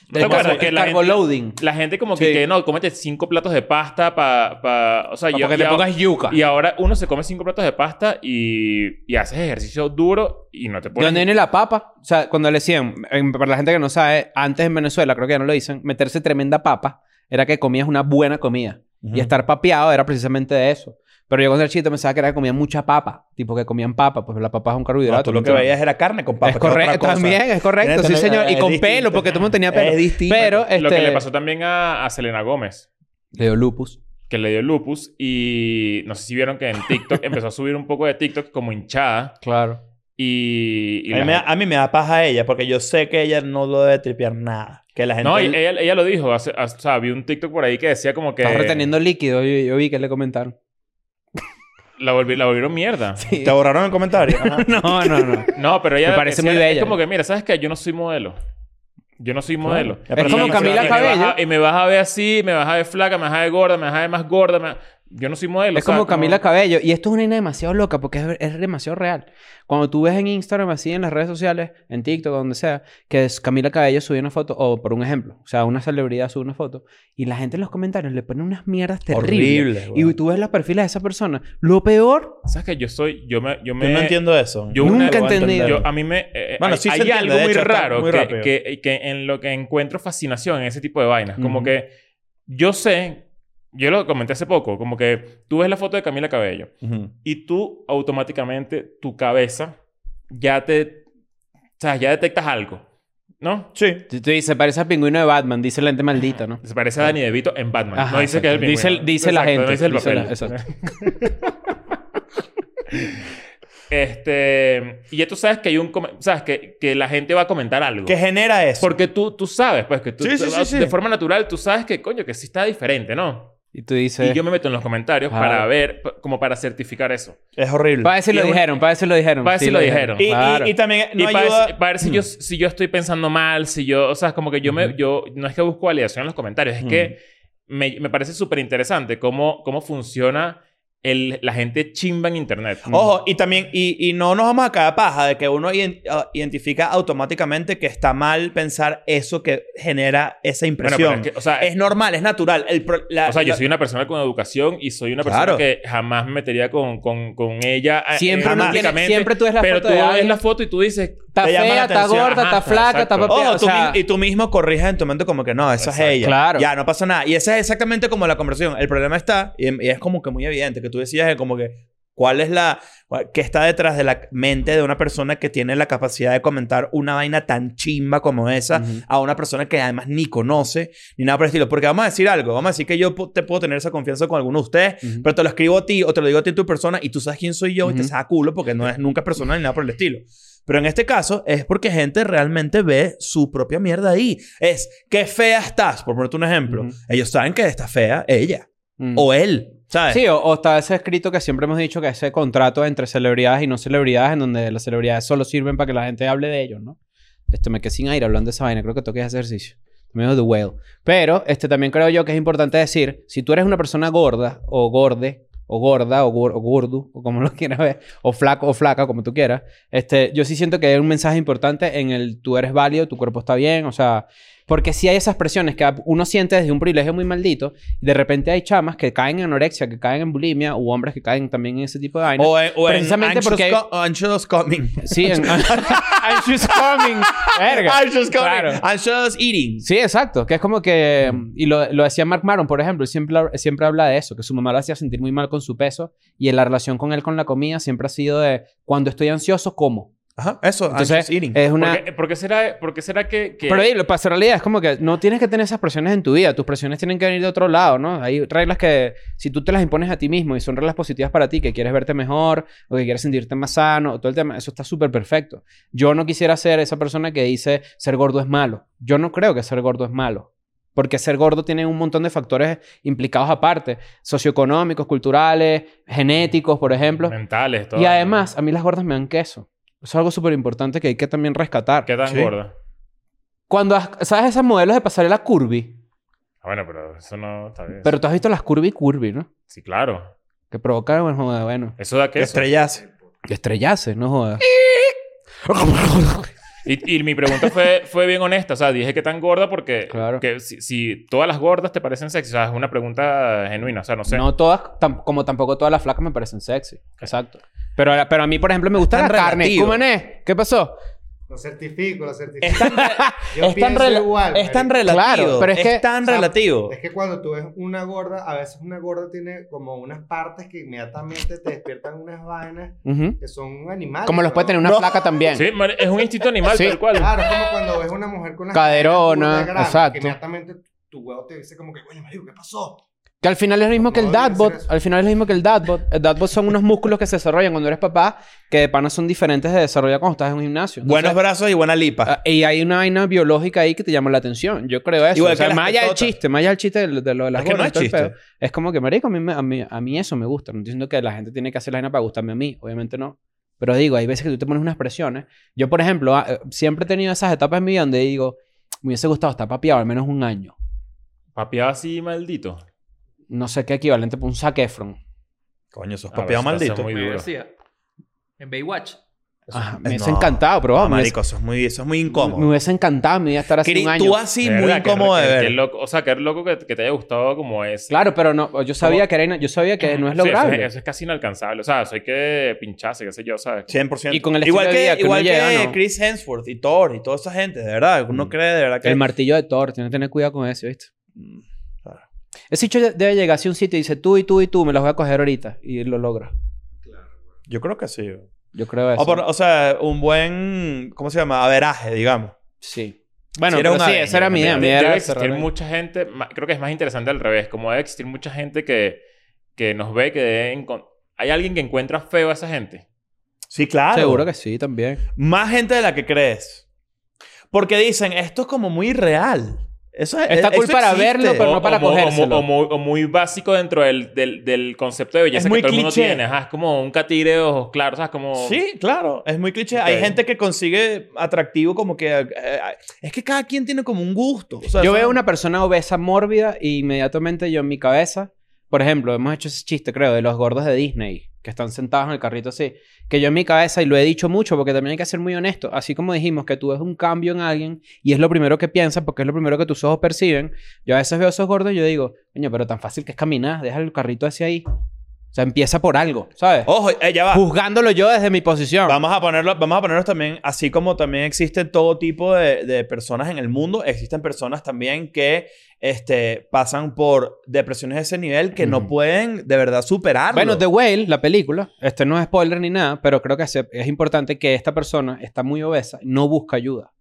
Speaker 2: ¿No te
Speaker 3: El
Speaker 2: acuerdas?
Speaker 3: carbo-
Speaker 2: Que
Speaker 3: el
Speaker 2: la
Speaker 3: carbo
Speaker 2: gente-
Speaker 3: loading.
Speaker 2: La gente como que,
Speaker 3: Sí.
Speaker 2: que, no, cómete cinco platos de pasta para... o sea, yo-
Speaker 3: Para que te
Speaker 2: yo-
Speaker 3: pongas yuca.
Speaker 2: Y ahora uno se come cinco platos de pasta y, y haces ejercicio duro y no te
Speaker 3: ¿De
Speaker 2: pones...
Speaker 3: dónde viene la papa? O sea, cuando le decían, en- para la gente que no sabe, antes en Venezuela, creo que ya no lo dicen, meterse tremenda papa era que comías una buena comida. Y estar papeado era precisamente de eso. Pero yo cuando era chiquito pensaba que era que comían mucha papa. Tipo que comían papa, pues la papa es un
Speaker 1: No,
Speaker 3: carbohidrato.
Speaker 1: tú lo que
Speaker 3: ¿no?
Speaker 1: veías era carne con papas.
Speaker 3: es correcto, también, es correcto, sí señor. Y con pelo, porque todo el mundo tenía pelo.
Speaker 1: Es distinto.
Speaker 3: Pero,
Speaker 2: Lo que
Speaker 3: este,
Speaker 2: le pasó también a, a Selena Gómez.
Speaker 3: Le dio lupus.
Speaker 2: que le dio lupus y no sé si vieron que en TikTok empezó a subir un poco de TikTok como hinchada
Speaker 3: Claro.
Speaker 2: y... y
Speaker 1: a,
Speaker 2: la
Speaker 1: mí me, da-
Speaker 2: gente-
Speaker 1: a mí me da paja ella porque yo sé que ella no lo debe tripear nada. Que la gente...
Speaker 2: No, y ella, ella lo dijo. hace- hace- o sea, vi un TikTok por ahí que decía como que...
Speaker 3: Estás reteniendo líquido. Yo, yo vi que le comentaron.
Speaker 2: La, volvi- la volvieron mierda.
Speaker 3: eh,
Speaker 1: Te borraron el comentario. Ajá.
Speaker 3: No, no, no.
Speaker 2: No, pero ella...
Speaker 3: Me parece muy
Speaker 2: decía-
Speaker 3: bella.
Speaker 2: Es como que, mira, ¿sabes qué? Yo no soy modelo. Yo no soy modelo.
Speaker 1: Ya, pero
Speaker 3: Es como
Speaker 1: no-
Speaker 3: Camila
Speaker 2: y me
Speaker 3: Cabello.
Speaker 2: vas a- y me vas a ver así, me vas a ver flaca, me vas a ver gorda, me vas a ver más gorda. me vas- Yo no soy modelo.
Speaker 3: Es
Speaker 2: o sea,
Speaker 3: como Camila Cabello. Y esto es una vaina demasiado loca porque es, es demasiado real. Cuando tú ves en Instagram, así en las redes sociales, en TikTok, donde sea, que es Camila Cabello subió una foto, o por un ejemplo, o sea, una celebridad sube una foto, y la gente en los comentarios le pone unas mierdas terribles.
Speaker 1: Horrible.
Speaker 3: Y
Speaker 1: güey.
Speaker 3: tú ves los perfiles de esa persona. Lo peor,
Speaker 2: ¿Sabes qué? Yo soy... Yo me... Yo
Speaker 1: Yo
Speaker 2: me
Speaker 1: no entiendo eso.
Speaker 2: Yo
Speaker 3: nunca
Speaker 2: una-
Speaker 3: he entendido.
Speaker 2: Yo, a mí me... eh,
Speaker 1: Bueno,
Speaker 2: hay,
Speaker 1: sí se
Speaker 2: hay
Speaker 1: entiende,
Speaker 2: algo
Speaker 1: de
Speaker 2: muy
Speaker 1: hecho, está
Speaker 2: raro
Speaker 1: muy
Speaker 2: que,
Speaker 1: rápido.
Speaker 2: que- que en lo que encuentro fascinación en ese tipo de vainas. Como
Speaker 3: Ujú.
Speaker 2: que yo sé... Yo lo comenté hace poco. Como que tú ves la foto de Camila Cabello
Speaker 1: Ujú.
Speaker 2: y tú automáticamente, tu cabeza ya te... O sea, ya detectas algo. ¿No?
Speaker 1: Sí.
Speaker 3: tú, tú dices, parece al pingüino de Batman, dice la gente maldita, ¿no?
Speaker 2: Se parece a Danny DeVito en Batman.
Speaker 3: Ajá,
Speaker 2: no dice que es el
Speaker 3: exacto. Dice
Speaker 2: pingüino.
Speaker 3: el- dice
Speaker 2: Exacto,
Speaker 3: la gente.
Speaker 2: No dice el
Speaker 3: Dice la-
Speaker 2: papel. este... Y ya tú sabes que hay un... come- Sabes que, que la gente va a comentar algo.
Speaker 1: ¿Qué genera eso?
Speaker 2: Porque tú, tú sabes, pues, que tú,
Speaker 1: Sí, sí,
Speaker 2: tú-
Speaker 1: sí, sí.
Speaker 2: de forma natural, tú sabes que, coño, que sí está diferente, ¿no?
Speaker 3: Y tú dices...
Speaker 2: Y yo me meto en los comentarios
Speaker 3: Claro.
Speaker 2: para ver, p- como para certificar eso.
Speaker 1: Es horrible.
Speaker 3: Para decir
Speaker 2: y
Speaker 3: lo
Speaker 2: es un-
Speaker 3: dijeron, para decir lo dijeron.
Speaker 2: Para ver si lo dijeron.
Speaker 1: Y, y-
Speaker 3: Claro.
Speaker 1: y también no
Speaker 2: y para,
Speaker 1: ayuda...
Speaker 2: ver, si- para ver si,
Speaker 1: Mm.
Speaker 2: yo, si yo estoy pensando mal, si yo, o sea, es como que yo me, yo, no es que busco validación en los comentarios, es que
Speaker 1: Mm.
Speaker 2: me, me parece súper interesante cómo, cómo funciona el, la gente chimba en Internet.
Speaker 1: Ojo, y también, y, y no nos vamos a caer a paja de que uno iden- ah, identifica automáticamente que está mal pensar eso que genera esa
Speaker 2: Bueno,
Speaker 1: impresión.
Speaker 2: pero es que, o sea,
Speaker 1: es normal, es natural. El pro- la-
Speaker 2: o sea, yo
Speaker 1: la-
Speaker 2: soy una persona con educación y soy una persona
Speaker 1: Claro.
Speaker 2: que jamás me metería con, con, con ella. eh,
Speaker 3: Siempre, uno tiene-
Speaker 2: públicamente.
Speaker 3: siempre tú ves la
Speaker 2: Pero
Speaker 3: foto
Speaker 2: tú
Speaker 3: de
Speaker 2: ves
Speaker 3: alguien,
Speaker 2: la foto y tú dices,
Speaker 3: Está
Speaker 1: te llama la
Speaker 3: fea, está
Speaker 1: atención.
Speaker 3: gorda,
Speaker 2: Ajá,
Speaker 3: está flaca, está
Speaker 2: exacto.
Speaker 3: papeada.
Speaker 1: Ojo,
Speaker 3: o
Speaker 1: tú
Speaker 3: sea,
Speaker 1: mi- y tú mismo corriges en tu mente como que no, esa
Speaker 2: Exacto.
Speaker 1: es ella.
Speaker 3: Claro.
Speaker 1: Ya, no pasa nada. Y esa es exactamente como la conversación. El problema está, y, y es como que muy evidente, que tú decías eh, como que cuál es la... cua- qué está detrás de la mente de una persona que tiene la capacidad de comentar una vaina tan chimba como esa
Speaker 3: Ujú.
Speaker 1: a una persona que además ni conoce ni nada por el estilo. Porque vamos a decir algo, vamos a decir que yo pu- te puedo tener esa confianza con alguno de ustedes,
Speaker 3: Ujú.
Speaker 1: pero te lo escribo a ti o te lo digo a ti en tu persona y tú sabes quién soy yo y te
Speaker 3: Ujú.
Speaker 1: saca culo porque no es nunca personal ni nada por el estilo. Pero en este caso es porque gente realmente ve su propia mierda ahí. Es, qué fea estás, por ponerte un ejemplo.
Speaker 3: Ujú.
Speaker 1: Ellos saben que está fea ella
Speaker 3: Mm.
Speaker 1: o eh, él, ¿sabes?
Speaker 3: Sí, o, o está ese escrito que siempre hemos dicho que ese contrato entre celebridades y no celebridades, en donde las celebridades solo sirven para que la gente hable de ellos, ¿no? Este, me quedé sin aire hablando de esa vaina, creo que toqué ese ejercicio. Medio The Whale. Pero este, también creo yo que es importante decir, si tú eres una persona gorda o gorde, o gorda o, gor- o gordo, o como lo quieras ver, o flaco o flaca, como tú quieras, este, yo sí siento que hay un mensaje importante en el tú eres válido, tu cuerpo está bien, o sea, porque sí hay esas presiones que uno siente desde un privilegio muy maldito y de repente hay chamas que caen en anorexia, que caen en bulimia, u hombres que caen también en ese tipo de vainas.
Speaker 1: O en, o en
Speaker 3: Precisamente
Speaker 1: anxious
Speaker 3: porque-
Speaker 1: co- anxious coming.
Speaker 3: Sí, en... Anxious coming. Verga.
Speaker 1: Anxious coming.
Speaker 3: Claro.
Speaker 1: Anxious eating.
Speaker 3: Sí, exacto. Que es como que... Y lo, lo decía Mark Maron, por ejemplo. Él siempre, hab- siempre habla de eso. Que su mamá lo hacía sentir muy mal con su peso. Y en la relación con él con la comida siempre ha sido de... Cuando estoy ansioso, como.
Speaker 1: Ajá, Ah, eso,
Speaker 3: Entonces, eh,
Speaker 1: anxious eating.
Speaker 3: es una...
Speaker 2: ¿por, qué, por qué será, por qué será que, que-
Speaker 3: Pero dilo, para ser realidad, es como que no tienes que tener esas presiones en tu vida. Tus presiones tienen que venir de otro lado, ¿no? Hay reglas que si tú te las impones a ti mismo y son reglas positivas para ti, que quieres verte mejor o que quieres sentirte más sano, todo el tema, eso está súper perfecto. Yo no quisiera ser esa persona que dice ser gordo es malo. Yo no creo que ser gordo es malo. Porque ser gordo tiene un montón de factores implicados aparte, socioeconómicos, culturales, genéticos, por ejemplo.
Speaker 2: mentales, todo.
Speaker 3: Y además, a mí las gordas me dan queso. Eso es algo súper importante que hay que también rescatar.
Speaker 2: ¿Qué tan
Speaker 1: Sí.
Speaker 2: gorda?
Speaker 3: Cuando, has- ¿sabes esas modelos de pasarela curvy?
Speaker 2: Ah, bueno, pero eso no está bien.
Speaker 3: Pero tú has visto las curvy curvy, ¿no?
Speaker 2: Sí, claro.
Speaker 3: Que provocan, bueno, joder, bueno,
Speaker 2: Eso da queso.
Speaker 1: Estrellazo.
Speaker 3: estrellaces, no jodas.
Speaker 2: Y, y mi pregunta fue, fue bien honesta. O sea, dije que tan gorda porque
Speaker 3: Claro.
Speaker 2: que si, si todas las gordas te parecen sexy. O sea, es una pregunta genuina. O sea, no sé.
Speaker 3: No todas, tam- como tampoco todas las flacas me parecen sexy. Exacto. Pero, a- pero a mí, por ejemplo, me gusta la
Speaker 1: tan
Speaker 3: carne.
Speaker 1: relativo.
Speaker 3: Cumané, ¿qué pasó?
Speaker 5: Lo certifico, lo certifico.
Speaker 1: Es tan,
Speaker 5: Yo
Speaker 3: es tan
Speaker 5: pienso
Speaker 3: rela-
Speaker 5: igual.
Speaker 1: es tan
Speaker 5: marico.
Speaker 1: relativo.
Speaker 3: Claro, pero es
Speaker 1: es,
Speaker 3: que-
Speaker 1: tan
Speaker 5: o sea,
Speaker 1: relativo.
Speaker 5: Es que cuando tú ves una gorda, a veces una gorda tiene como unas partes que inmediatamente te despiertan unas vainas
Speaker 3: Ujú.
Speaker 5: que son animales.
Speaker 3: Como los puede tener una
Speaker 1: No.
Speaker 3: flaca también.
Speaker 2: Sí, mar- es un instinto animal,
Speaker 3: Sí. Ah.
Speaker 2: tal cual.
Speaker 5: Claro, es
Speaker 2: Ah.
Speaker 5: como cuando ves una mujer con una
Speaker 3: Caderona, exacto.
Speaker 5: Que inmediatamente tu huevo te dice como que, coño, marico, ¿qué pasó?
Speaker 3: Que al final es lo mismo que el
Speaker 5: No debería
Speaker 3: dadbot.
Speaker 5: ser eso.
Speaker 3: Al final es lo mismo que el dadbot. El dadbot son unos músculos que se desarrollan cuando eres papá que de pana son diferentes de desarrollar cuando estás en un gimnasio. Entonces,
Speaker 1: Buenos brazos y buena lipa.
Speaker 3: ah, y hay una vaina biológica ahí que te llama la atención. Yo creo eso.
Speaker 1: Igual
Speaker 3: o sea,
Speaker 1: que las
Speaker 3: más allá del
Speaker 1: testotas.
Speaker 3: chiste, más allá del chiste de, lo- de lo de las
Speaker 1: Es que no
Speaker 3: gorras y
Speaker 1: es
Speaker 3: todo el
Speaker 1: chiste.
Speaker 3: pedo. Es como que, marico, a mí, me- a, mí, a mí eso me gusta. No estoy diciendo que la gente tiene que hacer la vaina para gustarme a mí. Obviamente no. Pero digo, hay veces que tú te pones unas presiones. Yo, por ejemplo, ah, eh, siempre he tenido esas etapas en mi vida donde digo, me hubiese gustado estar papiado al menos un año.
Speaker 2: Papiado así, maldito.
Speaker 3: No sé qué equivalente para un saquefron.
Speaker 1: Coño, esos
Speaker 2: Ah, pero
Speaker 1: papeados
Speaker 2: eso está
Speaker 1: malditos.
Speaker 2: muy duro.
Speaker 4: Universidad. En Baywatch.
Speaker 3: me hubiese
Speaker 1: eh, no.
Speaker 3: encantado, pero
Speaker 1: No,
Speaker 3: vamos. Ah, me hubiese-
Speaker 1: Ah, marico, eso es muy, eso es muy
Speaker 3: Me
Speaker 1: incómodo.
Speaker 3: hubiese encantado, me iba a estar así
Speaker 1: Cri-
Speaker 3: un año.
Speaker 1: tú así,
Speaker 2: De
Speaker 1: muy
Speaker 2: verdad, que-
Speaker 1: incómodo de
Speaker 2: que- que
Speaker 1: ver.
Speaker 2: loco, o sea, que es loco que, que te haya gustado como es.
Speaker 3: Claro, pero no, yo sabía
Speaker 2: ¿Cómo?
Speaker 3: que era ina- yo sabía que no es
Speaker 2: Sí, eso
Speaker 3: lograble.
Speaker 2: eso es casi inalcanzable. O sea, eso hay que pincharse, qué sé yo, ¿sabes?
Speaker 1: 100%.
Speaker 3: Y con el
Speaker 1: igual
Speaker 3: estilo de
Speaker 1: que,
Speaker 3: vida que uno
Speaker 1: igual
Speaker 3: lleva,
Speaker 1: que
Speaker 3: ¿no?
Speaker 1: Chris Hemsworth y Thor y toda esa gente, de verdad. Uno
Speaker 2: Mm.
Speaker 1: cree de verdad que.
Speaker 3: El martillo de Thor, tienes que tener cuidado con eso, ¿viste?
Speaker 1: Eh, Mm, claro.
Speaker 3: Ese chico debe llegar así a un sitio y dice, tú y tú y tú, me los voy a coger ahorita. Y lo logra.
Speaker 1: Yo creo que sí.
Speaker 3: Yo creo eso.
Speaker 1: O, Ah, por- o sea, un buen. ¿Cómo se llama? Averaje, digamos.
Speaker 3: Sí. Bueno,
Speaker 1: Sí, era
Speaker 3: pero
Speaker 1: una
Speaker 3: sí,
Speaker 1: vez,
Speaker 3: esa era mi idea.
Speaker 1: era
Speaker 3: Mi
Speaker 1: una
Speaker 3: idea
Speaker 2: Debe
Speaker 3: era
Speaker 2: existir
Speaker 3: cerrar ahí.
Speaker 2: mucha gente, ma- creo que es más interesante al revés, como debe existir mucha gente que, que nos ve, que debe encon- hay alguien que encuentra feo a esa gente.
Speaker 1: Sí, claro.
Speaker 3: Seguro que sí, también.
Speaker 1: Más gente de la que crees. Porque dicen, esto es como muy real. Eso es,
Speaker 3: Está
Speaker 1: eso
Speaker 3: cool para
Speaker 1: existe.
Speaker 3: verlo, pero no para
Speaker 2: mu- mu-
Speaker 3: cogérselo.
Speaker 2: O, muy, o muy básico dentro del, del, del concepto de belleza
Speaker 1: Es muy
Speaker 2: que todo el mundo
Speaker 1: cliché.
Speaker 2: tiene. Ajá, es como un catire de ojos claros, ¿sabes? Como...
Speaker 1: Oh, Sí, claro, es muy cliché. Hay
Speaker 2: Ok.
Speaker 1: gente que consigue atractivo como que... eh, eh, es que cada quien tiene como un gusto. O sea,
Speaker 3: Yo
Speaker 1: eso-
Speaker 3: veo una persona obesa mórbida y inmediatamente yo en mi cabeza, por ejemplo, hemos hecho ese chiste, creo, de los gordos de Disney, que están sentados en el carrito así, que yo en mi cabeza, y lo he dicho mucho, porque también hay que ser muy honesto, así como dijimos que tú ves un cambio en alguien y es lo primero que piensas, porque es lo primero que tus ojos perciben, yo a veces veo a esos gordos y yo digo, coño, pero tan fácil que es caminar, deja el carrito hacia ahí. O sea, empieza por algo, ¿sabes?
Speaker 1: Ojo, eh, ya va.
Speaker 3: Juzgándolo yo desde mi posición.
Speaker 1: Vamos a ponerlo, vamos a ponernos también, así como también existen todo tipo de, de personas en el mundo, existen personas también que este, pasan por depresiones de ese nivel que no
Speaker 3: Ujú.
Speaker 1: pueden de verdad superarlo.
Speaker 3: Bueno, The Whale, la película, este no es spoiler ni nada, pero creo que se- es importante que esta persona está muy obesa, no busca ayuda.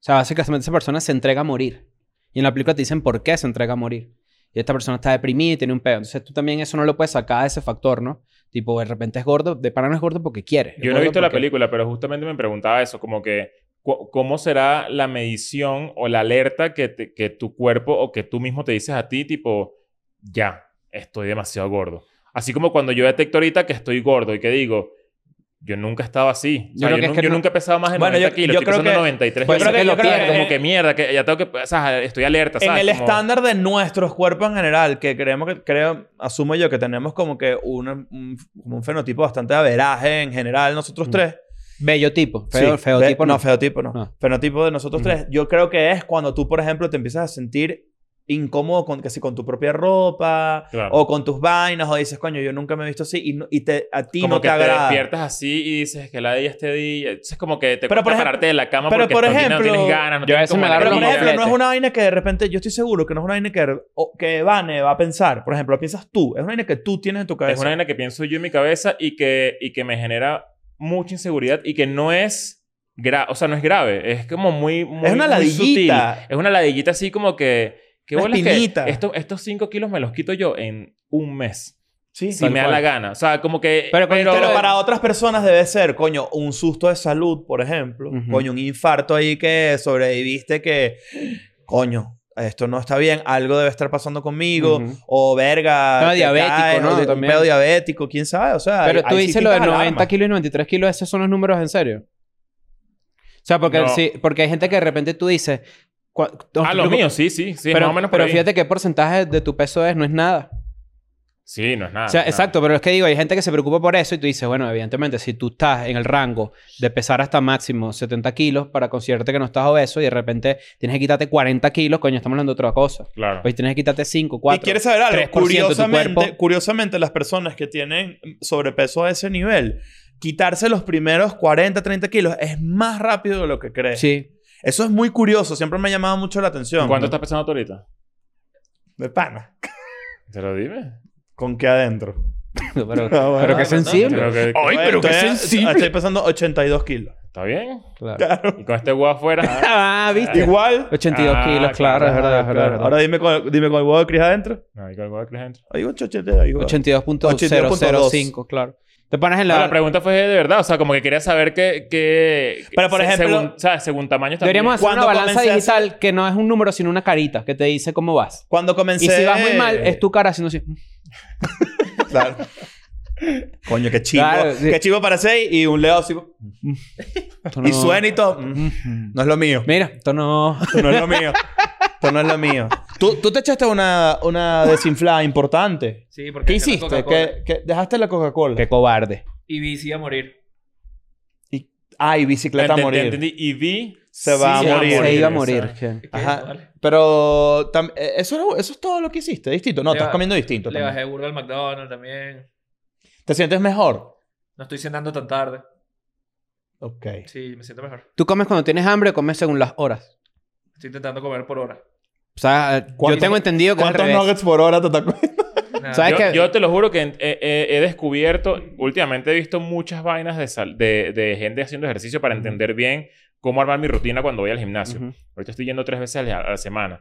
Speaker 3: O sea, básicamente esa persona se entrega a morir. Y en la película te dicen por qué se entrega a morir. Y esta persona está deprimida y tiene un pedo. Entonces tú también eso no lo puedes sacar de ese factor, ¿no? Tipo, de repente es gordo, de pana no es gordo porque quiere. es
Speaker 2: Yo no he
Speaker 3: gordo
Speaker 2: visto la
Speaker 3: porque-
Speaker 2: película, pero justamente me preguntaba eso, como que cu- cómo será la medición o la alerta que, te- que tu cuerpo o que tú mismo te dices a ti, tipo, ya, estoy demasiado gordo. Así como cuando yo detecto ahorita que estoy gordo y que digo, yo nunca he estado así. O
Speaker 3: Yo
Speaker 2: sea,
Speaker 3: creo
Speaker 2: yo,
Speaker 3: que es
Speaker 2: nu-
Speaker 3: que
Speaker 2: yo
Speaker 3: no-
Speaker 2: nunca he pesado más de
Speaker 1: Bueno,
Speaker 2: 90
Speaker 1: yo-
Speaker 2: kilos.
Speaker 1: yo
Speaker 2: estoy
Speaker 1: creo
Speaker 2: pesando
Speaker 1: que-
Speaker 2: 93
Speaker 3: puede
Speaker 2: kilos.
Speaker 3: ser que lo pierdas.
Speaker 2: como que mierda, que ya tengo que... O sea, estoy alerta,
Speaker 1: En
Speaker 2: ¿sabes?
Speaker 1: el
Speaker 2: Como-
Speaker 1: estándar de nuestros cuerpos en general, que creemos que, creo, asumo yo que tenemos como que un, un, como un fenotipo bastante averaje en general, nosotros
Speaker 3: Mm.
Speaker 1: tres.
Speaker 3: Bello tipo, feo,
Speaker 1: Sí.
Speaker 3: feo
Speaker 1: Fe-
Speaker 3: tipo
Speaker 1: no.
Speaker 3: no.
Speaker 1: feotipo no.
Speaker 2: Ah.
Speaker 3: No.
Speaker 1: Fenotipo de nosotros
Speaker 3: Ujú.
Speaker 1: tres. Yo creo que es cuando tú, por ejemplo, te empiezas a sentir incómodo con, que si con tu propia ropa
Speaker 2: Claro.
Speaker 1: o con tus vainas o dices, coño, yo nunca me he visto así y, no- y te, a ti
Speaker 2: como
Speaker 1: no
Speaker 2: que
Speaker 1: te
Speaker 2: te,
Speaker 1: agrada.
Speaker 2: despiertas así y dices que la de este día. Es como que te
Speaker 1: Pero,
Speaker 2: cuesta
Speaker 1: por ejemplo-
Speaker 2: pararte de la cama
Speaker 1: pero,
Speaker 2: porque
Speaker 1: por
Speaker 2: también no
Speaker 1: ejemplo,
Speaker 2: tienes ganas. No
Speaker 3: yo a
Speaker 2: tienes
Speaker 3: veces me
Speaker 2: como la
Speaker 1: Pero,
Speaker 3: agarro
Speaker 1: por
Speaker 3: los
Speaker 2: energía.
Speaker 1: ejemplo, no es
Speaker 3: mofletes.
Speaker 1: una vaina que de repente, yo estoy seguro que no es una vaina que, o que Vane va a pensar. Por ejemplo, piensas tú. Es una vaina que tú tienes en tu cabeza.
Speaker 2: Es una vaina que pienso yo en mi cabeza y que, y que me genera mucha inseguridad y que no es... gra- o sea, no es grave. Es como muy, muy
Speaker 1: Es una
Speaker 2: muy
Speaker 1: ladillita.
Speaker 2: sutil. Es una ladillita así como que... ¿Qué
Speaker 1: Una
Speaker 2: bolas que
Speaker 1: espinita.
Speaker 2: esto- estos 5 kilos me los quito yo en un mes?
Speaker 1: Sí.
Speaker 2: Si me da la gana. O sea, como que...
Speaker 3: Pero con
Speaker 1: Pero
Speaker 3: Pero-
Speaker 1: para otras personas debe ser, coño, un susto de salud, por ejemplo.
Speaker 3: Ujú.
Speaker 1: Coño, un infarto ahí que sobreviviste que, coño, esto no está bien, algo debe estar pasando conmigo.
Speaker 3: Ujú.
Speaker 1: O verga.
Speaker 3: Tema
Speaker 1: te
Speaker 3: diabético,
Speaker 1: caes,
Speaker 3: ¿no?
Speaker 1: o de- un
Speaker 3: También.
Speaker 1: pedo diabético, quién sabe. O sea,
Speaker 3: Pero
Speaker 1: hay-
Speaker 3: tú
Speaker 1: hay
Speaker 3: dices lo de
Speaker 1: distintas
Speaker 3: 90
Speaker 1: alarmas.
Speaker 3: kilos y 93 kilos, ¿esos son los números en serio? O sea, porque,
Speaker 2: No.
Speaker 3: sí, porque hay gente que de repente tú dices... cua-
Speaker 2: Ah, lo
Speaker 3: tú-
Speaker 2: mío, sí, sí. sí
Speaker 3: pero
Speaker 2: más o menos por
Speaker 3: pero
Speaker 2: ahí.
Speaker 3: fíjate qué porcentaje de tu peso es, no es nada.
Speaker 2: Sí, no es nada.
Speaker 3: o sea,
Speaker 2: no es nada.
Speaker 3: exacto, pero es que digo, hay gente que se preocupa por eso y tú dices, bueno, evidentemente, si tú estás en el rango de pesar hasta máximo 70 kilos para considerarte que no estás obeso y de repente tienes que quitarte 40 kilos, coño, estamos hablando de otra cosa.
Speaker 2: Claro.
Speaker 3: Pues tienes que quitarte 5, 4.
Speaker 1: y quieres saber algo,
Speaker 3: 3% de tu
Speaker 1: curiosamente,
Speaker 3: cuerpo.
Speaker 1: curiosamente las personas que tienen sobrepeso a ese nivel, quitarse los primeros 40, 30 kilos es más rápido de lo que crees.
Speaker 3: Sí.
Speaker 1: Eso es muy curioso, siempre me ha llamado mucho la atención.
Speaker 2: ¿Cuánto estás pensando tú ahorita?
Speaker 1: De pana.
Speaker 2: Te lo dime.
Speaker 1: ¿Con qué adentro?
Speaker 3: pero,
Speaker 1: Ah, bueno.
Speaker 3: pero qué sensible.
Speaker 2: Creo que-
Speaker 1: Bueno, estoy- Estoy pesando 82 kilos.
Speaker 2: ¿Está bien?
Speaker 3: Claro.
Speaker 2: Y con este huevo afuera.
Speaker 3: Ah, ¿viste?
Speaker 1: Igual.
Speaker 3: 82
Speaker 2: Ah,
Speaker 3: kilos,
Speaker 2: claro,
Speaker 3: claro, es verdad, es
Speaker 1: Claro,
Speaker 3: verdad. es verdad.
Speaker 1: Ahora dime con, dime con el huevo de Cris adentro.
Speaker 2: No, y con el huevo de Chris adentro.
Speaker 1: Ahí, 80, ahí, huevo.
Speaker 3: 82.005, claro. Te pones en
Speaker 2: No,
Speaker 3: la...
Speaker 2: la pregunta fue de verdad, o sea, como que quería saber qué. qué
Speaker 1: Pero, por
Speaker 2: se-
Speaker 1: ejemplo-
Speaker 2: Según, o sea, según tamaños también.
Speaker 3: Deberíamos hacer una
Speaker 1: ¿Cuándo
Speaker 3: balanza
Speaker 1: comencé a
Speaker 3: digital que no es un número, sino una carita que te dice cómo vas.
Speaker 1: Cuando comencé.
Speaker 3: Y si vas muy mal,
Speaker 1: eh.
Speaker 3: es tu cara haciendo así.
Speaker 1: Claro. Coño, qué chivo.
Speaker 3: Claro, sí.
Speaker 1: Qué chivo para seis y un leo así.
Speaker 3: Esto
Speaker 1: Y
Speaker 3: no-
Speaker 1: suena y todo. Mm, No es lo mío.
Speaker 3: Mira, esto no...
Speaker 1: Esto no es lo mío. Esto no es lo mío. Tú, tú te echaste una, una desinflada importante.
Speaker 4: Sí, porque
Speaker 1: ¿Qué
Speaker 4: dejé la
Speaker 1: hiciste?
Speaker 4: Coca-Cola.
Speaker 1: ¿Qué, qué- dejaste la Coca-Cola?
Speaker 3: Qué cobarde.
Speaker 4: Y vi, sí, a morir.
Speaker 1: Ay, bicicleta a
Speaker 2: Entendí,
Speaker 1: morir.
Speaker 2: entendí. Y vi.
Speaker 1: Se va
Speaker 3: Sí,
Speaker 1: a morir.
Speaker 3: Se
Speaker 2: o
Speaker 3: iba a
Speaker 2: sea.
Speaker 3: morir. que-
Speaker 1: Ajá.
Speaker 4: Que, vale,
Speaker 1: Pero tam- eh, eso, era- eso es todo lo que hiciste, distinto. No,
Speaker 4: Le
Speaker 1: estás
Speaker 4: ba-
Speaker 1: comiendo distinto.
Speaker 4: Le
Speaker 1: también.
Speaker 4: bajé burro al McDonald's también.
Speaker 1: ¿Te sientes mejor?
Speaker 4: No estoy cenando tan tarde.
Speaker 1: Ok.
Speaker 4: Sí, me siento mejor.
Speaker 3: ¿Tú comes cuando tienes hambre o comes según las horas?
Speaker 4: Estoy intentando comer por hora.
Speaker 3: O sea, yo
Speaker 1: ¿Cuántos-
Speaker 3: tengo entendido que es al
Speaker 1: ¿Cuántos
Speaker 3: revés.
Speaker 1: nuggets por hora te está comiendo?
Speaker 4: Nada.
Speaker 3: ¿Sabes
Speaker 2: Yo,
Speaker 3: qué?
Speaker 2: yo te lo juro que eh, eh, he descubierto, últimamente he visto muchas vainas de, sal- de, de gente haciendo ejercicio para entender bien cómo armar mi rutina cuando voy al gimnasio.
Speaker 3: Ujú.
Speaker 2: Ahorita estoy yendo tres veces a la, a la semana.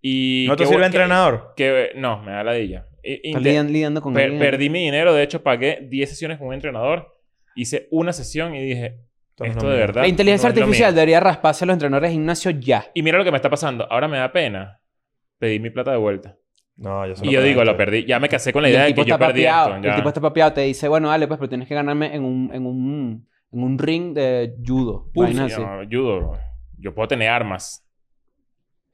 Speaker 2: Y
Speaker 1: ¿No te
Speaker 2: qué
Speaker 1: sirve
Speaker 2: bu-
Speaker 1: entrenador?
Speaker 2: que- que- no, me da ladilla. Y-
Speaker 3: Estás
Speaker 2: inte-
Speaker 3: lidian- lidiando con
Speaker 2: per-
Speaker 3: alguien.
Speaker 2: perdí mi dinero, de hecho pagué 10 sesiones con un entrenador, hice una sesión y dije,
Speaker 1: no es
Speaker 2: esto
Speaker 1: lo
Speaker 2: de
Speaker 1: mío.
Speaker 2: verdad.
Speaker 3: La inteligencia
Speaker 2: no es lo
Speaker 3: artificial
Speaker 2: mío".
Speaker 3: debería rasparse a los entrenadores de gimnasio ya.
Speaker 2: Y mira lo que me está pasando, ahora me da pena pedir mi plata de vuelta.
Speaker 1: No, yo se
Speaker 2: Y yo digo,
Speaker 1: perdí.
Speaker 2: lo perdí, ya me casé con la
Speaker 3: Y
Speaker 2: idea
Speaker 3: el
Speaker 2: de
Speaker 3: tipo
Speaker 2: que
Speaker 3: está
Speaker 2: yo perdí
Speaker 3: papeado.
Speaker 2: esto.
Speaker 3: El
Speaker 2: ya.
Speaker 3: tipo está papeado. Te dice, bueno, dale, pues, pero tienes que ganarme en un, en un, en un ring de judo.
Speaker 2: Puf,
Speaker 3: Vainas
Speaker 2: yo
Speaker 3: así.
Speaker 2: no, judo, bro. Yo puedo tener armas.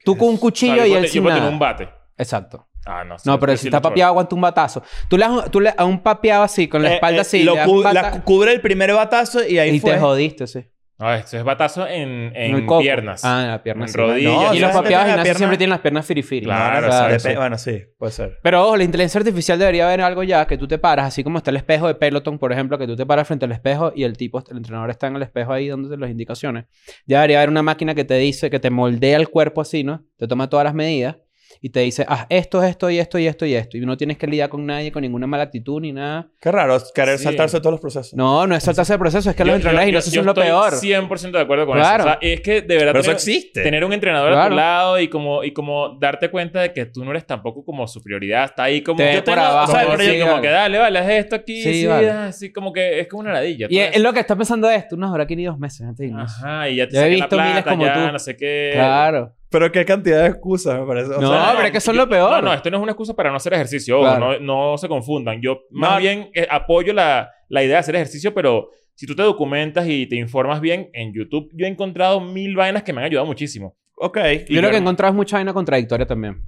Speaker 3: Tú con un
Speaker 2: O sea,
Speaker 3: cuchillo
Speaker 2: yo
Speaker 3: y
Speaker 2: puedo
Speaker 3: él
Speaker 2: te- yo
Speaker 3: sin
Speaker 2: puedo
Speaker 3: nada.
Speaker 2: tener un bate.
Speaker 3: Exacto.
Speaker 2: Ah, no. sí,
Speaker 3: No, pero
Speaker 2: yo
Speaker 3: si
Speaker 2: sí
Speaker 3: está
Speaker 1: pues-
Speaker 2: lucho,
Speaker 3: papeado, aguanta un batazo. Tú le, das- tú le- a un papeado así, con la
Speaker 1: Eh,
Speaker 3: espalda
Speaker 1: eh,
Speaker 3: así,
Speaker 1: lo
Speaker 3: le das
Speaker 1: cu-
Speaker 3: pata
Speaker 1: la cu- cubre el primer batazo y ahí
Speaker 3: y
Speaker 1: fue.
Speaker 3: te jodiste, sí.
Speaker 2: bro. No, esto Ah, es batazo en, en
Speaker 3: el coco.
Speaker 2: piernas.
Speaker 3: Ah, en la pierna.
Speaker 2: En
Speaker 3: sí, vale.
Speaker 2: rodillas.
Speaker 1: No,
Speaker 3: y
Speaker 1: si la
Speaker 3: los
Speaker 1: gente
Speaker 3: papeados
Speaker 1: tiene la
Speaker 3: gimnasio
Speaker 1: pierna-
Speaker 3: siempre tienen las piernas firifiri.
Speaker 2: Claro,
Speaker 1: No, no,
Speaker 2: claro,
Speaker 1: dep-
Speaker 2: sí.
Speaker 1: Bueno, sí, puede ser.
Speaker 3: Pero ojo, la inteligencia artificial debería haber algo ya que tú te paras, así como está el espejo de Peloton, por ejemplo, que tú te paras frente al espejo y el tipo, el entrenador está en el espejo ahí dándote las indicaciones. Ya debería haber una máquina que te dice, que te moldea el cuerpo así, ¿no? Te toma todas las medidas y te dice, haz esto, esto y esto y esto y esto. Y no tienes que lidiar con nadie, con ninguna mala actitud ni nada.
Speaker 1: Qué raro es querer
Speaker 2: Sí.
Speaker 1: saltarse todos los procesos.
Speaker 3: No, no es saltarse el proceso, es que los
Speaker 2: Yo-
Speaker 3: entrenadores
Speaker 2: yo-
Speaker 3: y no son
Speaker 2: yo
Speaker 3: lo
Speaker 2: estoy
Speaker 3: peor.
Speaker 2: 100% de acuerdo con
Speaker 3: Claro.
Speaker 2: eso. O sea, es que de verdad
Speaker 1: Pero eso
Speaker 2: tener,
Speaker 1: existe.
Speaker 2: tener un entrenador a
Speaker 3: Claro.
Speaker 2: tu lado y como, y como darte cuenta de que tú no eres tampoco como su prioridad. Está ahí como...
Speaker 3: Te-
Speaker 2: yo
Speaker 3: por
Speaker 2: tengo-
Speaker 3: abajo,
Speaker 2: o sea,
Speaker 1: por
Speaker 2: pero yo
Speaker 3: sí,
Speaker 2: como
Speaker 3: vale.
Speaker 2: que dale, vale, haz esto aquí.
Speaker 3: Sí,
Speaker 2: Sí,
Speaker 3: vale.
Speaker 2: Así como que es como una ladilla.
Speaker 3: Y
Speaker 2: todo
Speaker 3: es,
Speaker 2: eso.
Speaker 3: es lo que está pensando esto, unas horas que ni dos meses antes de irnos.
Speaker 2: Ajá, y ya te
Speaker 3: Yo he
Speaker 2: saqué la
Speaker 3: visto miles
Speaker 2: plata,
Speaker 3: como
Speaker 2: ya,
Speaker 3: tú.
Speaker 2: no sé qué.
Speaker 3: Claro.
Speaker 1: Pero qué cantidad de excusas, me parece. O
Speaker 3: No,
Speaker 1: sea,
Speaker 3: pero es que son
Speaker 2: yo-
Speaker 3: lo peor.
Speaker 2: No, no, esto no es una excusa para no hacer ejercicio. ojo,
Speaker 3: Claro.
Speaker 2: no, no se confundan. Yo más
Speaker 1: No.
Speaker 2: bien eh, apoyo la, la idea de hacer ejercicio, pero si tú te documentas y te informas bien, en YouTube yo he encontrado mil vainas que me han ayudado muchísimo.
Speaker 1: ok.
Speaker 2: Y
Speaker 3: Yo lo que he
Speaker 2: yo-
Speaker 3: encontrado es mucha vaina contradictoria también.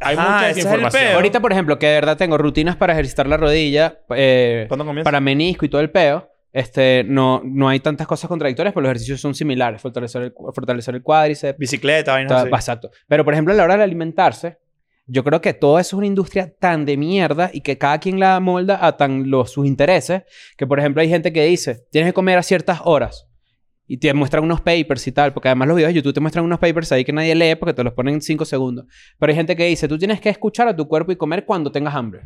Speaker 2: Hay
Speaker 1: Ajá,
Speaker 2: mucha
Speaker 1: ese es el
Speaker 2: desinformación.
Speaker 1: peo.
Speaker 2: Ahorita-
Speaker 3: Ahorita, por ejemplo, que de verdad tengo rutinas para ejercitar la rodilla, eh,
Speaker 1: ¿Cuándo comienza?
Speaker 3: para menisco y todo el peo. Este, no, no hay tantas cosas contradictorias, pero los ejercicios son similares. Fortalecer el, cu- fortalecer el cuádriceps.
Speaker 1: Bicicleta,
Speaker 2: Ah,
Speaker 1: vainas
Speaker 3: ta-
Speaker 1: así.
Speaker 3: Exacto. Pero, por ejemplo, a la hora de alimentarse, yo creo que todo eso es una industria tan de mierda y que cada quien la molda a tan los, sus intereses. Que, por ejemplo, hay gente que dice, tienes que comer a ciertas horas. Y te muestran unos papers y tal, porque además los videos de YouTube te muestran unos papers ahí que nadie lee porque te los ponen en 5 segundos. Pero hay gente que dice, tú tienes que escuchar a tu cuerpo y comer cuando tengas hambre.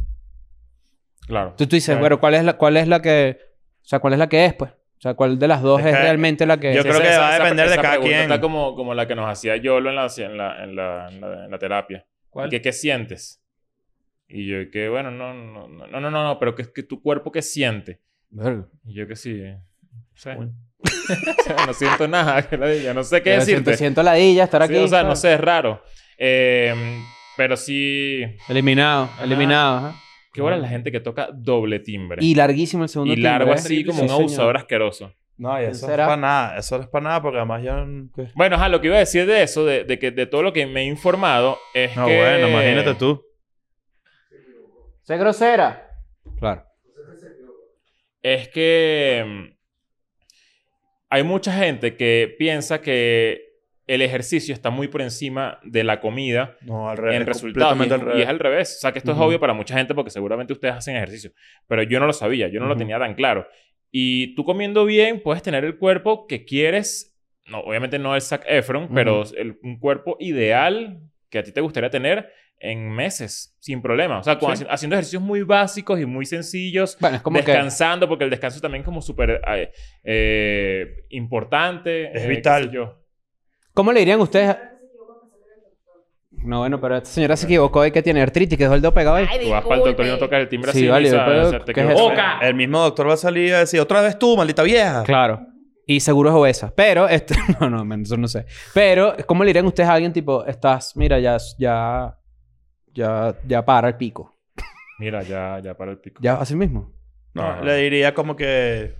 Speaker 2: Claro.
Speaker 3: Tú, tú dices,
Speaker 2: Claro.
Speaker 3: bueno, ¿cuál es, la, ¿cuál es la que... O sea, ¿cuál es la que es, pues? O sea, ¿cuál de las dos
Speaker 1: Es
Speaker 3: es
Speaker 1: que
Speaker 3: realmente la que
Speaker 1: yo
Speaker 3: es?
Speaker 1: creo que va a depender de
Speaker 2: esa
Speaker 1: cada
Speaker 2: pregunta
Speaker 1: quien.
Speaker 2: Está como, como la que nos hacía Yolo en la, en la, en la, en la- en la terapia.
Speaker 4: ¿Cuál?
Speaker 2: ¿Qué, ¿Qué sientes? Y yo, que bueno, no, no, no, no, no, no, pero que, que tu cuerpo, ¿qué siente? Y yo que sí. eh, No sé.
Speaker 1: Bueno.
Speaker 2: O sea, no siento nada. que la diga, No sé qué
Speaker 3: Pero siento,
Speaker 2: decirte.
Speaker 3: siento ladilla estar
Speaker 2: Sí,
Speaker 3: aquí.
Speaker 2: o sea, no
Speaker 3: claro.
Speaker 2: sé, es raro. Eh, pero sí.
Speaker 3: Eliminado, eliminado. ajá.
Speaker 2: Qué bola la gente que toca doble timbre.
Speaker 3: Y larguísimo el segundo
Speaker 2: Y largo
Speaker 3: timbre, ¿eh?
Speaker 2: así, como
Speaker 3: Sí,
Speaker 2: un
Speaker 3: señor.
Speaker 2: abusador asqueroso.
Speaker 1: No, y
Speaker 3: ¿Quién
Speaker 1: eso no es
Speaker 3: será?
Speaker 1: para nada. Eso no es para nada porque además ya... ¿qué?
Speaker 2: Bueno, ajá, lo que iba a decir de eso, de, de que, de todo lo que me he informado, es
Speaker 1: No,
Speaker 2: que.
Speaker 1: bueno, imagínate tú.
Speaker 3: Sé grosera. Claro.
Speaker 2: es que mm, hay mucha gente que piensa que el ejercicio está muy por encima de la comida
Speaker 1: No, al revés.
Speaker 2: en resultados. Y,
Speaker 1: completamente
Speaker 2: es- y
Speaker 1: al revés.
Speaker 2: es al revés. O sea, que esto
Speaker 3: Ujú.
Speaker 2: es obvio para mucha gente porque seguramente ustedes hacen ejercicio. Pero yo no lo sabía, yo no lo
Speaker 3: Ujú.
Speaker 2: tenía tan claro. Y tú comiendo bien puedes tener el cuerpo que quieres. No, obviamente no el Zac Efron, pero el- un cuerpo ideal que a ti te gustaría tener en meses, sin problema. O sea, con- haci- haciendo ejercicios muy básicos y muy sencillos,
Speaker 3: Bueno, es como que...
Speaker 2: descansando, porque el descanso también es como súper eh, eh, importante.
Speaker 1: Es
Speaker 2: eh,
Speaker 1: vital.
Speaker 2: qué sé yo.
Speaker 3: ¿Cómo le dirían ustedes? a- No, bueno, pero esta señora se equivocó de que tiene artritis, que dejó el dedo pegado ahí.
Speaker 2: Tú vas para el doctor y no tocas el timbre
Speaker 3: Sí,
Speaker 2: así.
Speaker 3: vale,
Speaker 2: ni sabes,
Speaker 3: pero
Speaker 2: o sea, te
Speaker 3: ¿qué es
Speaker 2: equivocas.
Speaker 3: eso?
Speaker 2: ¡Oca!
Speaker 1: El mismo doctor va a salir a decir, otra vez tú, maldita vieja.
Speaker 3: Claro. Y seguro es obesa. Pero, este, no, no, men, eso no sé. Pero, ¿cómo le dirían ustedes a alguien tipo, estás, mira, ya, ya, ya, ya para el pico?
Speaker 2: Mira, ya, ya para el pico.
Speaker 3: Ya, así mismo.
Speaker 1: No,
Speaker 2: Ajá.
Speaker 1: le diría como que...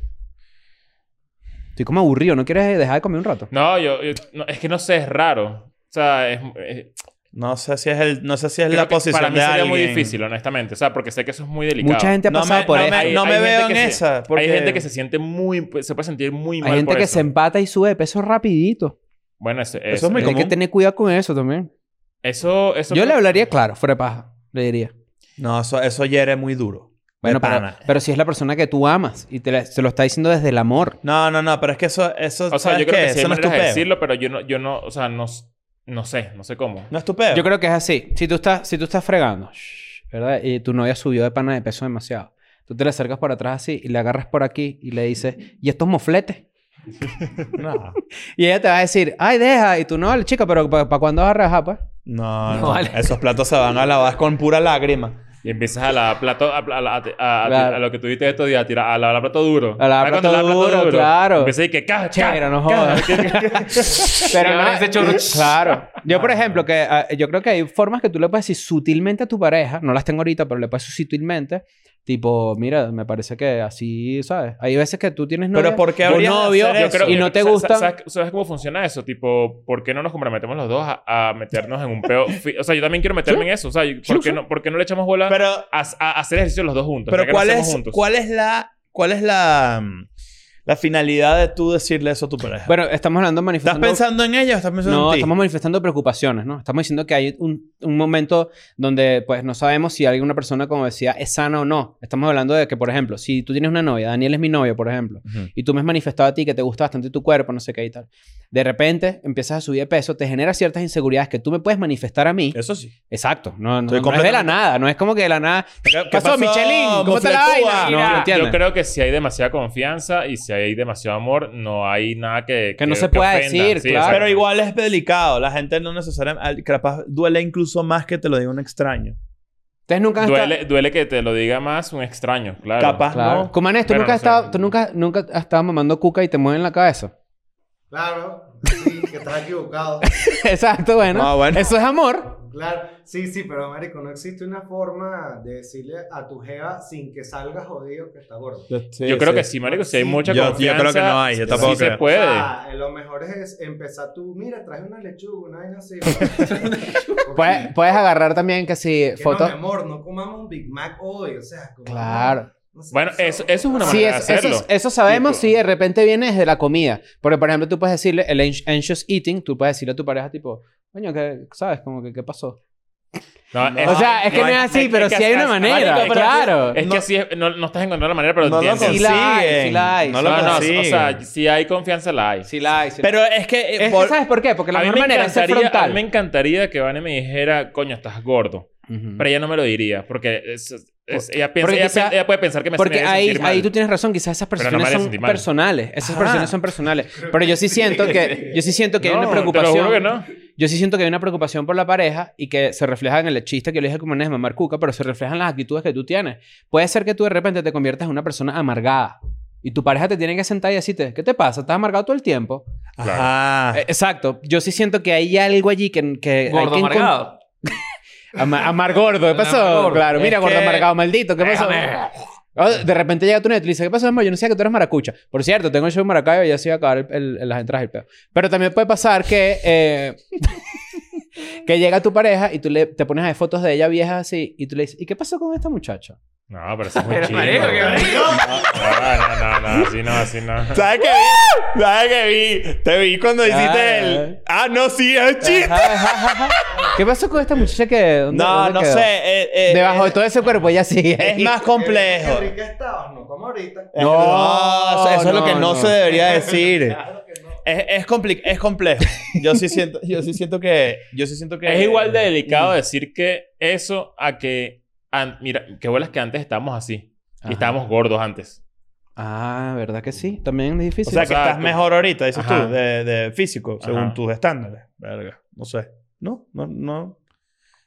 Speaker 3: Estoy como aburrido, ¿no quieres dejar de comer un rato?
Speaker 2: No, yo, yo- no, es que no sé, es raro. O sea, es, es-
Speaker 1: No sé si es, el, no sé si es
Speaker 2: creo
Speaker 1: la
Speaker 2: que
Speaker 1: posición
Speaker 2: para mí
Speaker 1: de
Speaker 2: sería
Speaker 1: alguien.
Speaker 2: muy difícil, honestamente. O sea, porque sé que eso es muy delicado.
Speaker 3: Mucha gente ha
Speaker 1: No
Speaker 3: pasado
Speaker 1: me,
Speaker 3: por
Speaker 1: no
Speaker 3: eso.
Speaker 1: me-
Speaker 2: Hay-
Speaker 1: no me
Speaker 2: hay gente
Speaker 1: veo en
Speaker 2: que se-
Speaker 1: esa. Porque...
Speaker 2: Hay gente que se siente muy... Se puede sentir muy mal
Speaker 3: Hay gente
Speaker 2: por
Speaker 3: que
Speaker 2: eso.
Speaker 3: se em- empata y sube de peso rapidito.
Speaker 2: Bueno, eso, eso,
Speaker 1: Eso es muy
Speaker 3: Hay que
Speaker 1: común.
Speaker 3: tener cuidado con eso también.
Speaker 2: Eso, eso
Speaker 3: Yo
Speaker 2: creo-
Speaker 3: le hablaría claro, fuera de paja. Le diría.
Speaker 1: No, eso, eso hiere muy duro.
Speaker 3: Bueno,
Speaker 1: Bueno,
Speaker 3: pero, pero si es la persona que tú amas y te, la- se lo está diciendo desde el amor.
Speaker 1: No, no, no, pero es que eso... eso
Speaker 2: O sea,
Speaker 1: ¿sabes
Speaker 2: yo creo
Speaker 1: qué?
Speaker 2: que sí hay
Speaker 1: Eso no es tu
Speaker 2: maneras de
Speaker 1: peo.
Speaker 2: decirlo, pero yo no, yo no, o sea, no, s- no sé, no sé cómo.
Speaker 1: No es tu peo.
Speaker 3: Yo creo que es así. Si tú estás, si tú estás fregando, shh, ¿verdad? Y tu novia subió de pana de peso demasiado. Tú te le acercas por atrás así y le agarras por aquí y le dices, ¿y estos mofletes?
Speaker 1: No,
Speaker 3: Y ella te va a decir, ¡ay, deja! Y tú, no, vale, chica, pero ¿para cuándo vas a rebajar, pues?
Speaker 1: no,
Speaker 3: No,
Speaker 1: no.
Speaker 3: vale.
Speaker 1: Esos platos se van a lavar con pura lágrima.
Speaker 2: Y empiezas a la plato, a, a- a- a- a-
Speaker 3: Claro.
Speaker 2: a lo que tuviste estos días, a tirar, a la, plato duro.
Speaker 3: A lavar
Speaker 2: ¿Sabes cuando
Speaker 3: plato
Speaker 2: lavas
Speaker 3: duro, claro.
Speaker 2: Empecé y que caja,
Speaker 3: Chévere,
Speaker 2: caja.
Speaker 3: no jodas. Pero
Speaker 4: Y
Speaker 3: no, eh,
Speaker 4: ahora ese chorro,
Speaker 3: claro. Yo, por ejemplo, que ah, yo creo que hay formas que tú le puedes decir sutilmente a tu pareja, no las tengo ahorita, pero le puedes decir sutilmente, tipo, mira, me parece que así, ¿sabes? Hay veces que tú tienes novia,
Speaker 1: Pero ¿por qué
Speaker 3: o
Speaker 1: habrías de
Speaker 3: novio
Speaker 1: hacer eso?
Speaker 2: creo-
Speaker 3: y no te
Speaker 2: sa- sa-
Speaker 3: gusta.
Speaker 2: ¿sabes, sabes cómo funciona eso? Tipo, ¿por qué no nos comprometemos los dos a, a meternos en un peo? fi- O sea, yo también quiero meterme en eso. O sea, yo-
Speaker 3: Sí,
Speaker 2: ¿por, qué
Speaker 3: sí.
Speaker 2: No, por qué no le echamos bola
Speaker 1: Pero
Speaker 2: a, a hacer ejercicio los dos juntos?
Speaker 1: Pero
Speaker 2: ¿Por qué no
Speaker 1: ¿cuál
Speaker 2: hacemos
Speaker 1: es,
Speaker 2: juntos?
Speaker 1: ¿cuál es la cuál es la mm, la finalidad de tú decirle eso a tu pareja?
Speaker 3: Bueno, estamos hablando
Speaker 1: ¿Estás
Speaker 3: manifestando...
Speaker 1: pensando en ella o estás pensando en
Speaker 3: No,
Speaker 1: ti?
Speaker 3: estamos manifestando preocupaciones, ¿no? Estamos diciendo que hay un, un momento donde, pues, no sabemos si alguna persona como decía es sana o no. Estamos hablando de que, por ejemplo, si tú tienes una novia, Daniel es mi novio, por ejemplo,
Speaker 1: Ujú.
Speaker 3: y tú me has manifestado a ti que te gusta bastante tu cuerpo, no sé qué y tal. De repente empiezas a subir de peso, te genera ciertas inseguridades que tú me puedes manifestar a mí.
Speaker 1: Eso sí.
Speaker 3: Exacto, no,
Speaker 1: Estoy
Speaker 3: no, no es de la
Speaker 1: completamente-
Speaker 3: nada, no es como que de la nada.
Speaker 1: ¿Qué, qué
Speaker 3: pasó, Michelin? ¿Cómo está la
Speaker 1: Mofletúa?
Speaker 3: vaina?
Speaker 1: No.
Speaker 3: No,
Speaker 2: Mira,
Speaker 3: ¿entiendes?
Speaker 2: yo creo que si hay demasiada confianza y si hay demasiado amor, no hay nada que.
Speaker 3: Que no se pueda
Speaker 2: ofenda.
Speaker 3: decir, claro.
Speaker 2: exacto.
Speaker 1: Pero igual es delicado. La gente no necesariamente... Capaz duele incluso más que te lo diga un extraño.
Speaker 3: Ustedes nunca han estado- Ah,
Speaker 2: Duele, duele que te lo diga más un extraño, claro.
Speaker 1: Capaz
Speaker 3: Claro.
Speaker 1: no.
Speaker 3: Cumanes, tú
Speaker 2: Pero
Speaker 3: nunca
Speaker 2: no
Speaker 3: has estado,
Speaker 2: sé.
Speaker 3: tú nunca, nunca has estado mamando cuca y te mueven la cabeza.
Speaker 5: Claro, sí, que estás equivocado.
Speaker 3: Exacto, bueno.
Speaker 1: Ah, bueno.
Speaker 3: Eso es amor.
Speaker 5: Claro, sí, sí, pero marico, no existe una forma de decirle a tu jeva sin que salga jodido que está gordo.
Speaker 2: Yo creo que sí, marico. Si hay mucha
Speaker 1: Yo- yo
Speaker 2: confianza...
Speaker 1: creo que no hay, yo tampoco
Speaker 2: Sí se
Speaker 1: creo.
Speaker 2: puede.
Speaker 5: O sea, eh, lo mejor es empezar tú, mira, traje una lechuga, una vaina así. Ok.
Speaker 3: Puedes, puedes agarrar también que si
Speaker 5: Que
Speaker 3: fotos.
Speaker 5: No, mi amor, no comamos un Big Mac hoy, o sea, comamos-
Speaker 3: Claro.
Speaker 5: no sé,
Speaker 2: Bueno, eso- eso es una
Speaker 3: Sí,
Speaker 2: manera
Speaker 3: es-
Speaker 2: de
Speaker 3: eso,
Speaker 2: hacerlo.
Speaker 3: eso sabemos
Speaker 2: Tipo.
Speaker 3: si de repente viene desde la comida. Porque, por ejemplo, tú puedes decirle el anx- anxious eating, tú puedes decirle a tu pareja, tipo, coño, ¿qué, ¿sabes? Como que, ¿qué pasó?
Speaker 2: No, es-
Speaker 3: o sea, es que no es así, pero
Speaker 2: que
Speaker 3: sí hay
Speaker 2: así-
Speaker 3: una manera,
Speaker 2: Marico, pero
Speaker 3: claro.
Speaker 2: Es que así es- no, no estás encontrando la manera, pero
Speaker 1: No lo
Speaker 2: entiendes.
Speaker 3: Sí la hay, sí
Speaker 1: consiguen.
Speaker 3: la hay.
Speaker 1: No
Speaker 2: No,
Speaker 1: lo
Speaker 2: no, o
Speaker 1: consiguen.
Speaker 2: sea, si hay confianza, la hay.
Speaker 3: Sí la hay, sí la
Speaker 1: Pero es que...
Speaker 3: hay.
Speaker 1: eh,
Speaker 3: Es que,
Speaker 1: por-
Speaker 3: ¿Sabes por qué? Porque la
Speaker 2: a, mí
Speaker 3: mejor
Speaker 2: me
Speaker 3: manera es ser
Speaker 2: encantaría- a mí
Speaker 3: frontal.
Speaker 2: me encantaría que Vane me dijera, coño, estás gordo.
Speaker 3: Ujú.
Speaker 2: Pero ella no me lo diría, porque es- es- ella, piensa,
Speaker 3: Porque
Speaker 2: ella,
Speaker 3: quizá-
Speaker 2: pi- ella puede pensar que me
Speaker 3: Porque
Speaker 2: me hace
Speaker 3: ahí,
Speaker 2: sentir mal.
Speaker 3: ahí tú tienes razón, quizás esas
Speaker 2: Pero no me
Speaker 3: percepciones
Speaker 2: haría
Speaker 3: son
Speaker 2: sentir mal. Ah.
Speaker 3: personales. Esas
Speaker 1: Ajá.
Speaker 3: percepciones son personales. Pero yo sí siento que, yo sí siento que hay una
Speaker 2: No, te lo
Speaker 3: preocupación.
Speaker 2: juro que no.
Speaker 3: Yo sí siento que hay una preocupación por la pareja y que se refleja en el chiste que yo le dije como es mamar cuca, pero se reflejan las actitudes que tú tienes. Puede ser que tú de repente te conviertas en una persona amargada y tu pareja te tiene que sentar y decirte, ¿qué te pasa? ¿Estás amargado todo el tiempo?
Speaker 1: Ajá.
Speaker 3: Eh, exacto. Yo sí siento que hay algo allí que... que hay
Speaker 4: Gordo
Speaker 3: que encon-
Speaker 4: amargado.
Speaker 3: Ama- amargordo, ¿qué pasó?
Speaker 4: Amargordo.
Speaker 3: Claro, mira,
Speaker 1: Es
Speaker 3: gordo
Speaker 1: que-
Speaker 3: amargado, maldito, ¿qué pasó?
Speaker 4: Déjame.
Speaker 3: Ah, De repente llega tu neto y le dice, ¿qué pasó, amor? Yo no sabía que tú eras maracucha. Por cierto, tengo el show en Maracaibo y ya se iba a acabar el- el- el- las entradas del peo. Pero también puede pasar que... eh, que llega tu pareja y tú le, te pones a ver fotos de ella vieja así y tú le dices, ¿y qué pasó con esta muchacha?
Speaker 2: No, pero eso es muy
Speaker 4: Pero,
Speaker 2: chido.
Speaker 4: marico, qué
Speaker 2: güey.
Speaker 4: marico.
Speaker 2: No, no, no, no, así no, así no.
Speaker 1: ¿Sabes qué vi? ¿Sabes qué vi? Te vi cuando hiciste
Speaker 3: Claro.
Speaker 1: el... Ah, no, sí, es un chiste.
Speaker 3: Ajá, ajá, ajá. ¿Qué pasó con esta muchacha que... dónde-
Speaker 1: No,
Speaker 3: dónde
Speaker 1: no
Speaker 3: quedó?
Speaker 1: sé. eh, eh,
Speaker 3: Debajo de
Speaker 1: eh,
Speaker 3: todo ese cuerpo ella sigue.
Speaker 1: Es
Speaker 3: ahí.
Speaker 1: más complejo.
Speaker 5: Qué rica estabas, no como ahorita.
Speaker 1: No, eso es lo que no,
Speaker 3: no.
Speaker 1: se debería decir.
Speaker 5: Claro que no.
Speaker 1: es, es, compli- es complejo. Yo sí siento, yo sí siento que, yo sí siento que
Speaker 2: Es igual de
Speaker 1: Mm.
Speaker 2: delicado decir que eso a que. an- mira, qué bolas que antes estábamos así.
Speaker 3: Ajá.
Speaker 2: Y estábamos gordos antes.
Speaker 3: Ah, ¿verdad que sí? También
Speaker 1: O
Speaker 3: es difícil.
Speaker 1: sea, que estás
Speaker 2: Exacto.
Speaker 1: mejor ahorita, dices
Speaker 2: Ajá.
Speaker 1: tú, de, de físico, según
Speaker 2: Ajá.
Speaker 1: tus estándares. Verga, no sé. No, no, no.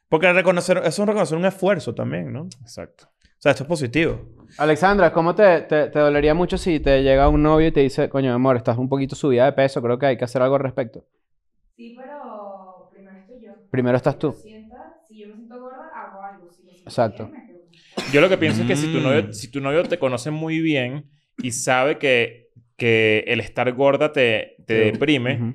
Speaker 1: Porque reconocer, eso es un reconocer un esfuerzo también, ¿no? O
Speaker 2: Exacto.
Speaker 1: sea, esto es positivo.
Speaker 3: Alexandra, ¿cómo te, te, te dolería mucho si te llega un novio y te dice, coño, amor, estás un poquito subida de peso, creo que hay que hacer algo al respecto?
Speaker 6: Sí, pero primero estoy yo.
Speaker 3: Primero estás
Speaker 6: Si
Speaker 3: tú.
Speaker 6: yo sienta- si yo me siento gorda, hago algo. Si me siento
Speaker 3: Exacto.
Speaker 6: bien, me quedo.
Speaker 2: Yo lo que pienso es que si tu,
Speaker 1: Mm.
Speaker 2: novio, si tu novio te conoce muy bien y sabe que, que el estar gorda te, te deprime,
Speaker 3: Ujú.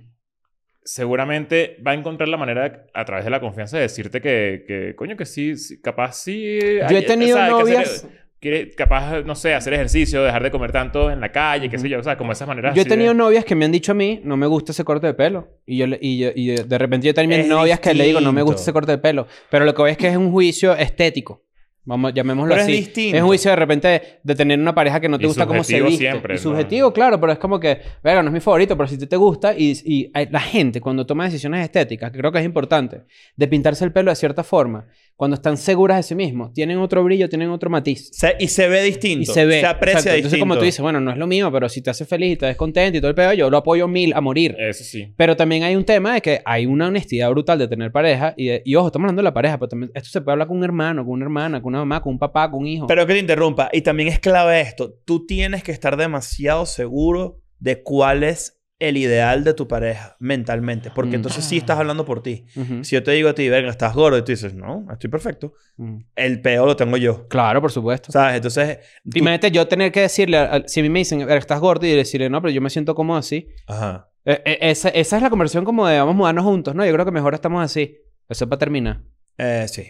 Speaker 2: seguramente va a encontrar la manera, de- a través de la confianza, de decirte que, que coño, que sí, sí, capaz sí.
Speaker 3: Yo
Speaker 2: hay-
Speaker 3: he tenido
Speaker 2: o sea, hay que hacer-
Speaker 3: novias...
Speaker 2: quiere- capaz, no sé, hacer ejercicio, dejar de comer tanto en la calle, qué sé yo, o sea, como esas maneras.
Speaker 3: Yo he
Speaker 2: así de-
Speaker 3: tenido novias que me han dicho a mí, no me gusta ese corte de pelo. Y yo, le- y yo- y de repente yo también
Speaker 1: Es
Speaker 3: novias que le digo, no me gusta
Speaker 1: distinto.
Speaker 3: ese corte de pelo. Pero lo que voy es que es un juicio estético. Vamos, llamémoslo
Speaker 1: Pero es
Speaker 3: así.
Speaker 1: distinto.
Speaker 3: un juicio de repente de, de tener una pareja que no te
Speaker 2: Y
Speaker 3: gusta cómo se
Speaker 2: subjetivo
Speaker 3: viste.
Speaker 2: siempre,
Speaker 3: y
Speaker 2: ¿no?
Speaker 3: subjetivo, claro, pero es como que, verga, no es mi favorito, pero si te, te gusta. Y, y hay- la gente cuando toma decisiones estéticas, que creo que es importante, de pintarse el pelo de cierta forma, cuando están seguras de sí mismos, tienen otro brillo, tienen otro matiz.
Speaker 1: Se- y se ve distinto.
Speaker 3: Y se ve.
Speaker 1: aprecia
Speaker 3: exacto.
Speaker 1: distinto.
Speaker 3: Entonces, como tú dices, bueno, no es lo mío, pero si te hace feliz y te ves contento y todo el pedo, yo lo apoyo mil a morir.
Speaker 2: Eso sí.
Speaker 3: Pero también hay un tema de que hay una honestidad brutal de tener pareja. Y, de- y ojo, estamos hablando de la pareja, pero también esto se puede hablar con un hermano, con una hermana, con una mamá, con un papá, con un hijo.
Speaker 1: Pero que te interrumpa. Y también es clave esto. Tú tienes que estar demasiado seguro de cuál es el ideal de tu pareja mentalmente. Porque
Speaker 3: Mm.
Speaker 1: entonces sí estás hablando por ti.
Speaker 3: Ujú,
Speaker 1: Si yo te digo a ti, venga, estás gordo, y tú dices, no, estoy perfecto.
Speaker 3: ujú.
Speaker 1: El peor lo tengo yo.
Speaker 3: Claro, por supuesto.
Speaker 1: ¿Sabes? Entonces. tú-
Speaker 3: Imagínate yo tener que decirle, a- a- si a mí me dicen, "Eh, estás gordo, y decirle, no, pero yo me siento como así.
Speaker 1: Ajá.
Speaker 3: Eh, eh, esa, esa es la conversación como de vamos a mudarnos juntos, ¿no? Yo creo que mejor estamos así. Eso para terminar.
Speaker 1: Eh, sí.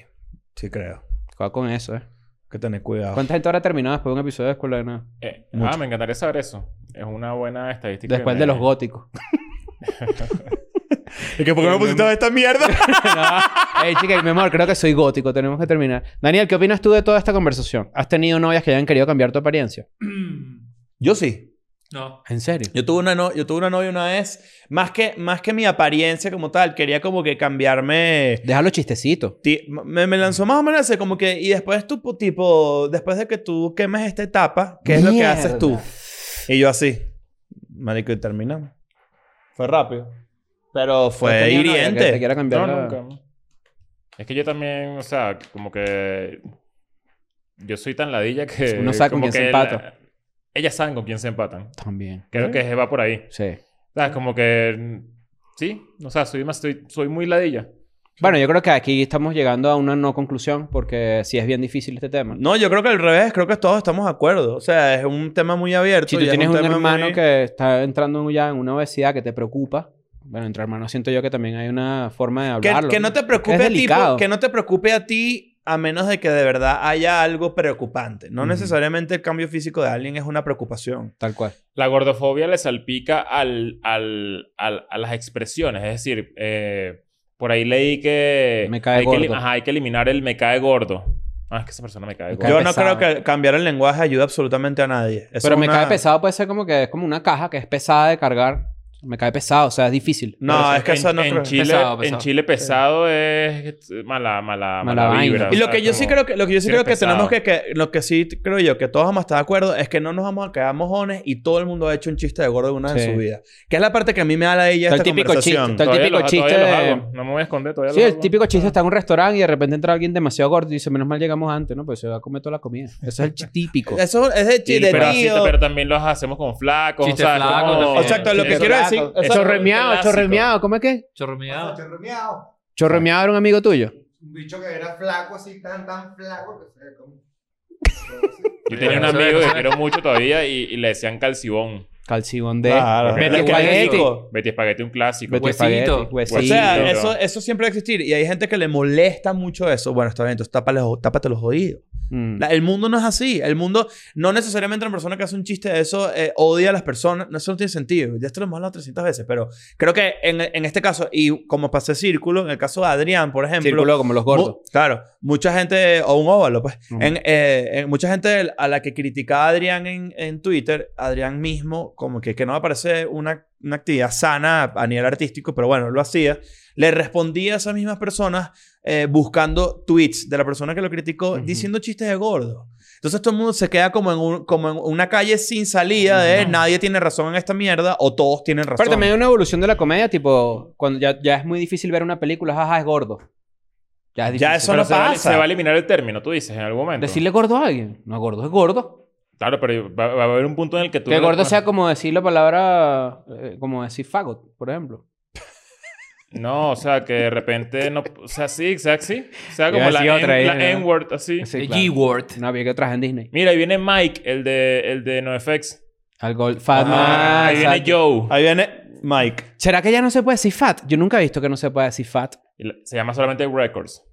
Speaker 1: Sí, creo.
Speaker 3: Cuidado con eso, ¿eh?
Speaker 1: Hay que tener cuidado.
Speaker 3: ¿Cuánta gente habrá terminado después de un episodio de Escuela de Nada?
Speaker 2: Eh,
Speaker 1: Mucho.
Speaker 2: ah, me encantaría saber eso. Es una buena estadística.
Speaker 3: Después
Speaker 2: que
Speaker 3: de
Speaker 2: me-
Speaker 3: los góticos.
Speaker 1: ¿Y que por
Speaker 3: Eh,
Speaker 1: qué me pusiste a esta mierda?
Speaker 3: No. Ey, chica, mi amor, creo que soy gótico. Tenemos que terminar. Daniel, ¿qué opinas tú de toda esta conversación? ¿Has tenido novias que hayan querido cambiar tu apariencia?
Speaker 1: yo sí.
Speaker 4: No.
Speaker 3: ¿En serio?
Speaker 1: Yo tuve, una no- yo tuve una novia una vez. Más que, más que mi apariencia como tal, quería como que cambiarme.
Speaker 3: Déjalo chistecito.
Speaker 1: Ti- Me, me lanzó más o menos ese, como que, y después tú, pu- tipo, después de que tú quemes esta etapa, ¿qué es lo que
Speaker 3: Mierda.
Speaker 1: haces tú? Y yo así, marico, y terminamos. Fue rápido. Pero
Speaker 3: ¿Has
Speaker 1: fue
Speaker 3: tenido novia que te
Speaker 1: hiriente.
Speaker 3: quiera
Speaker 2: No,
Speaker 3: cambiar la-
Speaker 2: nunca. Es que yo también, o sea, como que. Yo soy tan ladilla que.
Speaker 3: Uno sabe con
Speaker 2: como
Speaker 3: quién se
Speaker 2: que la-
Speaker 3: empata.
Speaker 2: ellas saben con quién se empatan.
Speaker 3: También.
Speaker 2: Creo que va por ahí.
Speaker 3: Sí.
Speaker 2: ¿Sabes? Como que. mm, Sí, o sea, soy, más, soy, soy muy ladilla.
Speaker 3: Bueno, yo creo que aquí estamos llegando a una no conclusión porque sí es bien difícil este tema.
Speaker 1: No, yo creo que al revés, creo que todos estamos de acuerdo. O sea, es un tema muy abierto.
Speaker 3: Si
Speaker 1: y
Speaker 3: tú
Speaker 1: es
Speaker 3: tienes un,
Speaker 1: tema
Speaker 3: hermano
Speaker 1: muy-
Speaker 3: que está entrando ya en una obesidad que te preocupa, bueno, entre hermanos siento yo que también hay una forma de
Speaker 1: Que,
Speaker 3: hablarlo.
Speaker 1: que no te
Speaker 3: Es
Speaker 1: preocupe a ti,
Speaker 3: delicado.
Speaker 1: que no te preocupe a ti a menos de que de verdad haya algo preocupante. No
Speaker 3: Ujú.
Speaker 1: necesariamente el cambio físico de alguien es una preocupación.
Speaker 3: Tal cual.
Speaker 2: La gordofobia le salpica al, al, al- a las expresiones. Es decir, eh, por ahí leí que.
Speaker 3: Me cae
Speaker 2: hay Que,
Speaker 3: gordo.
Speaker 2: elim- ajá, hay que eliminar el me cae gordo. Ah, es que esa persona me cae
Speaker 3: Me
Speaker 2: gordo.
Speaker 3: cae
Speaker 1: Yo
Speaker 3: pesado.
Speaker 1: no creo que cambiar el lenguaje ayude absolutamente a nadie. Eso
Speaker 3: Pero
Speaker 1: es
Speaker 3: me
Speaker 1: una-
Speaker 3: cae pesado, puede ser como que es como una caja que es pesada de cargar. Me cae pesado, o sea, es difícil.
Speaker 1: No,
Speaker 2: Pero
Speaker 1: es que eso no
Speaker 2: en
Speaker 1: creo.
Speaker 2: Chile,
Speaker 4: Pesado,
Speaker 2: En
Speaker 4: pesado.
Speaker 2: Chile pesado es eh, mala, mala,
Speaker 3: Mala
Speaker 2: mala,
Speaker 3: vaina.
Speaker 2: vibra.
Speaker 1: Y
Speaker 2: o
Speaker 1: lo
Speaker 2: sea,
Speaker 1: que yo sí
Speaker 2: como-
Speaker 1: creo que, lo que, yo sí
Speaker 2: Chile
Speaker 1: creo que
Speaker 2: pesado.
Speaker 1: tenemos que, que- Lo que sí creo yo que todos vamos a estar de acuerdo es que no nos vamos a quedar mojones y todo el mundo ha hecho un chiste de gordo una vez
Speaker 3: Sí.
Speaker 1: en su vida. Que es la parte que a mí me da la ella
Speaker 3: Todo el
Speaker 1: esta
Speaker 3: típico
Speaker 1: conversación.
Speaker 3: chiste, todo
Speaker 2: Todavía
Speaker 3: típico
Speaker 2: los-
Speaker 3: chiste
Speaker 2: todavía los
Speaker 3: de-
Speaker 2: hago. No me voy a esconder todavía.
Speaker 3: Sí,
Speaker 2: los
Speaker 3: el
Speaker 2: hago.
Speaker 3: típico
Speaker 1: Ah.
Speaker 3: chiste está en un restaurante y de repente entra alguien demasiado gordo y dice, menos mal llegamos antes, ¿no? Pues se va a comer toda la comida. Eso es el chi- típico.
Speaker 1: Eso es de
Speaker 2: Sí,
Speaker 1: chiste,
Speaker 2: pero, así-
Speaker 1: tío.
Speaker 2: pero también los hacemos con flacos.
Speaker 4: Chiste
Speaker 2: o sea,
Speaker 4: flaco
Speaker 2: como-
Speaker 4: también.
Speaker 1: Exacto, lo que
Speaker 2: Eso-
Speaker 1: quiero decir.
Speaker 5: Chorreaco.
Speaker 1: eso-
Speaker 3: chorremeado,
Speaker 2: clásico.
Speaker 3: chorremeado, ¿cómo es que?
Speaker 4: Chorromeado.
Speaker 5: Chorromeado.
Speaker 3: Chorremeado era un amigo tuyo.
Speaker 5: Un bicho que era flaco, así tan, tan flaco que se ve como.
Speaker 2: Yo tenía un
Speaker 4: Eso es,
Speaker 2: amigo que
Speaker 4: eso es.
Speaker 2: quiero mucho todavía y, y le decían calcibón.
Speaker 3: Calcibón de...
Speaker 1: Claro.
Speaker 2: Porque
Speaker 3: Betty
Speaker 2: era un
Speaker 3: Spaghetti.
Speaker 2: clásico. Betty Spaghetti, un clásico.
Speaker 3: Betty
Speaker 4: Huesito.
Speaker 3: Spaghetti,
Speaker 1: O
Speaker 3: huesito.
Speaker 1: sea,
Speaker 2: Sí,
Speaker 1: eso,
Speaker 2: claro.
Speaker 1: eso siempre va a existir. Y hay gente que le molesta mucho eso. Bueno, está bien, entonces tápale los- tápate los oídos.
Speaker 3: Mm.
Speaker 1: La- el mundo no es así. El mundo, no necesariamente una persona que hace un chiste de eso eh, odia a las personas. No, Eso no tiene sentido. Ya esto lo hemos hablado 300 veces. Pero creo que en, en este caso, y como pasé círculo, en el caso de Adrián, por ejemplo.
Speaker 3: Círculo como los gordos.
Speaker 1: mu- claro, mucha gente, o un óvalo, pues.
Speaker 3: Ujú.
Speaker 1: en, eh, en- mucha gente a la que criticaba a Adrián en, en Twitter, Adrián mismo, como que, que no me parece una una actividad sana a nivel artístico, pero bueno, lo hacía. Le respondía a esas mismas personas eh, buscando tweets de la persona que lo criticó
Speaker 2: Ujú.
Speaker 1: diciendo chistes de gordo. Entonces todo el mundo se queda como en, un- como en una calle sin salida de nadie tiene razón en esta mierda o todos tienen razón.
Speaker 3: Pero también hay una evolución de la comedia, tipo, cuando ya, ya es muy difícil ver una película, jaja, es gordo. Ya es difícil.
Speaker 1: Ya eso
Speaker 2: Pero
Speaker 1: no
Speaker 2: se va,
Speaker 1: pasa.
Speaker 2: se va a eliminar el término, tú dices, en algún momento.
Speaker 3: Decirle gordo a alguien. No, gordo es gordo.
Speaker 2: Claro, pero va, va a haber un punto en el que tú...
Speaker 3: Que
Speaker 2: no-
Speaker 3: gordo sea como decir la palabra, eh, como decir fagot, por ejemplo.
Speaker 2: No, o sea, que de repente no... O sea, sí, sea sí. O sea,
Speaker 3: Iba
Speaker 2: como
Speaker 3: a
Speaker 2: la,
Speaker 3: decir
Speaker 2: N-
Speaker 3: otra ahí,
Speaker 2: la
Speaker 3: ¿no?
Speaker 2: N-word, así.
Speaker 3: Sí, claro.
Speaker 4: G-Word.
Speaker 3: No había que otras en Disney.
Speaker 2: Mira, ahí viene Mike, el de, el de NoFX.
Speaker 3: Al gol. Fat
Speaker 1: Ah,
Speaker 3: man.
Speaker 2: ahí viene
Speaker 3: exacto.
Speaker 2: Joe.
Speaker 1: Ahí viene Mike.
Speaker 3: ¿Será que ya no se puede decir fat? Yo nunca he visto que no se pueda decir fat.
Speaker 2: Y la- Se llama solamente Records.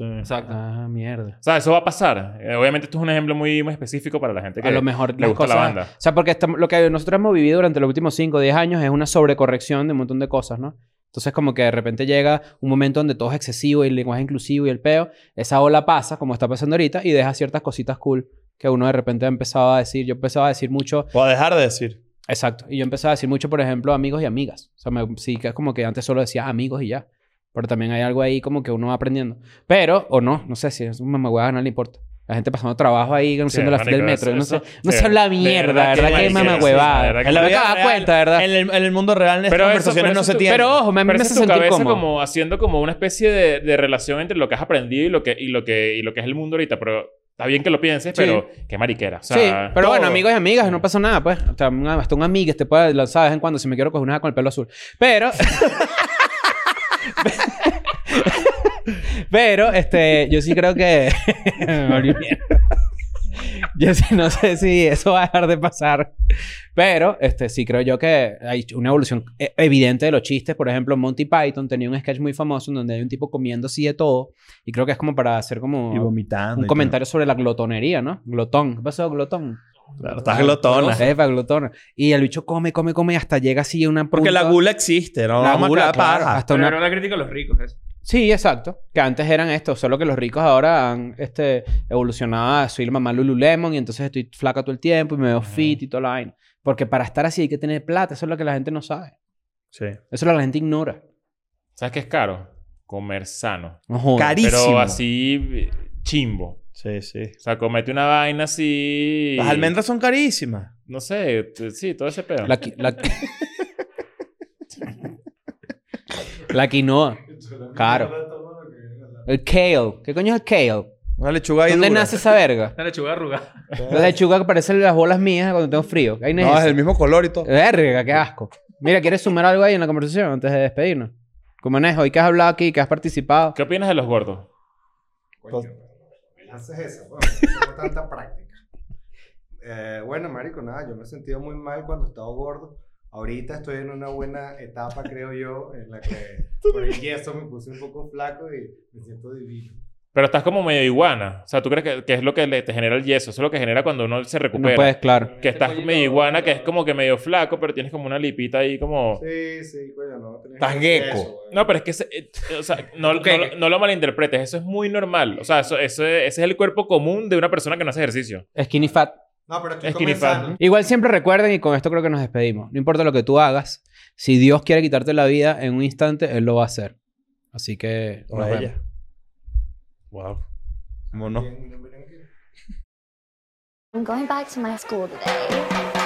Speaker 4: Exacto.
Speaker 3: Ah, mierda.
Speaker 2: O sea, eso va a pasar. Eh, obviamente esto es un ejemplo muy, muy específico para la gente que...
Speaker 3: A lo mejor
Speaker 2: le
Speaker 3: las
Speaker 2: gusta la
Speaker 3: cosas-
Speaker 2: banda.
Speaker 3: O sea, porque estamos- lo que nosotros hemos vivido durante los últimos 5 o 10 años es una sobrecorrección de un montón de cosas, ¿no? Entonces, como que de repente llega un momento donde todo es excesivo y el lenguaje inclusivo y el peo. Esa ola pasa, como está pasando ahorita, y deja ciertas cositas cool que uno de repente ha empezado a decir. Yo empezaba a decir mucho
Speaker 1: O a dejar de decir.
Speaker 3: Exacto. Y yo empecé a decir mucho, por ejemplo, amigos y amigas. O sea, me, sí que es como que antes solo decía amigos y ya. Pero también hay algo ahí como que uno va aprendiendo. Pero, o no, no sé si es un mamagüeja, no le importa. La gente pasando trabajo ahí, haciendo la fila del
Speaker 2: marico, eso-
Speaker 3: metro. No sé,
Speaker 2: eso-
Speaker 3: no
Speaker 2: sí.
Speaker 3: se habla
Speaker 2: De
Speaker 3: mierda,
Speaker 2: verdad que
Speaker 3: ¿verdad?
Speaker 2: no
Speaker 3: Que
Speaker 2: hay
Speaker 3: es
Speaker 2: que- sí, de
Speaker 3: mamagüevada.
Speaker 2: verdad que
Speaker 3: No
Speaker 2: no.
Speaker 3: me
Speaker 1: vida
Speaker 3: acababa
Speaker 1: real,
Speaker 3: cuenta, ¿verdad?
Speaker 1: En el, en el mundo real estas
Speaker 2: Pero eso-
Speaker 1: conversaciones
Speaker 2: pero
Speaker 1: no
Speaker 2: eso
Speaker 1: se
Speaker 2: tú-
Speaker 1: tienen.
Speaker 3: Pero ojo, me, a mí me
Speaker 2: Parece
Speaker 3: hace
Speaker 2: tu
Speaker 3: sentir
Speaker 2: cabeza
Speaker 3: cómodo.
Speaker 2: como haciendo como una especie de, de relación entre lo que has aprendido y lo que, y lo que, y lo que es el mundo ahorita. Pero está bien que lo pienses,
Speaker 3: Sí.
Speaker 2: pero qué mariquera. O sea,
Speaker 3: sí, pero
Speaker 2: todo.
Speaker 3: bueno, amigos y amigas, no pasa nada, pues. O sea, un- hasta un amigo te puede lanzar de vez en cuando si me quiero coger una con el pelo azul. Pero. pero, este, yo sí creo que. Me volví mierda. yo sí, no sé si eso va a dejar de pasar. Pero, este, sí creo yo que hay una evolución e- evidente de los chistes. Por ejemplo, Monty Python tenía un sketch muy famoso en donde hay un tipo comiendo así de todo. Y creo que es como para hacer como.
Speaker 1: Y vomitando.
Speaker 3: Un
Speaker 1: y
Speaker 3: comentario sobre la glotonería, ¿no? Glotón. ¿Qué pasó, glotón?
Speaker 1: todo. Claro, estás glotona.
Speaker 3: Epa, glotona. Y el bicho come, come, come y hasta llega así a una
Speaker 1: Porque
Speaker 3: punta-
Speaker 1: la gula existe, ¿no?
Speaker 3: La
Speaker 1: Vamos a
Speaker 3: gula,
Speaker 1: cagar
Speaker 3: claro,
Speaker 1: paja.
Speaker 3: hasta
Speaker 4: Pero
Speaker 3: una-
Speaker 4: era una crítica a los ricos, eso.
Speaker 3: Sí, exacto. Que antes eran estos, solo que los ricos ahora han este, evolucionado a soy la mamá Lululemon y entonces estoy flaca todo el tiempo y me veo fit y toda la vaina. Porque para estar así hay que tener plata. Eso es lo que la gente no sabe.
Speaker 1: Sí.
Speaker 3: Eso es lo que la gente ignora.
Speaker 2: ¿Sabes qué es caro? Comer sano.
Speaker 3: No jodas.
Speaker 1: Carísimo.
Speaker 2: Pero así eh, chimbo.
Speaker 1: Sí, sí.
Speaker 2: O sea, comete una vaina así.
Speaker 1: Las almendras son carísimas.
Speaker 2: No sé, t- sí, todo ese pedo.
Speaker 3: La, qui- la... la quinoa. Claro. El kale. ¿Qué coño es el kale?
Speaker 1: Una lechuga ahí
Speaker 3: ¿Dónde
Speaker 1: dura.
Speaker 3: nace esa verga?
Speaker 4: Una lechuga arrugada.
Speaker 3: La lechuga que parece las bolas mías cuando tengo frío. Ahí no,
Speaker 1: No,
Speaker 3: es
Speaker 1: es
Speaker 3: esa.
Speaker 1: del mismo color y todo.
Speaker 3: Verga, qué asco. Mira, ¿quieres sumar algo ahí en la conversación antes de despedirnos? Como Nejo, hoy que has hablado aquí, que has participado.
Speaker 2: ¿Qué opinas de los gordos?
Speaker 5: Coño, haces eso, bueno, tengo tanta práctica. Eh, bueno, marico, nada, yo me he sentido muy mal cuando he estado gordo. Ahorita estoy en una buena etapa, creo yo, en la que por el yeso me puse un poco flaco y me siento divino.
Speaker 2: Pero estás como medio iguana. O sea, ¿tú crees que, que es lo que le- te genera el yeso? Eso es lo que genera cuando uno se recupera.
Speaker 3: No puedes, claro.
Speaker 2: Que estás medio iguana, que es como que medio flaco, pero tienes como una lipita ahí como...
Speaker 5: Sí, sí, coño, no. tenés
Speaker 1: Estás
Speaker 5: que
Speaker 1: gecko.
Speaker 5: hacer eso, güey.
Speaker 2: No, pero es que... se- eh, o sea, no, no-
Speaker 4: Ok.
Speaker 2: no, lo malinterpretes. Eso es muy normal. O sea, eso, eso es- ese es el cuerpo común de una persona que no hace ejercicio.
Speaker 3: Skinny fat.
Speaker 5: No, pero estoy
Speaker 2: Skinny
Speaker 5: comenzando.
Speaker 2: fat,
Speaker 3: Igual siempre recuerden, y con esto creo que nos despedimos. No importa lo que tú hagas, si Dios quiere quitarte la vida en un instante, Él lo va a hacer. Así que. nos
Speaker 1: Una
Speaker 3: vemos.
Speaker 1: ella. Wow. ¿Cómo no?
Speaker 5: Bien, no, miren que-
Speaker 7: I'm going back to my school today.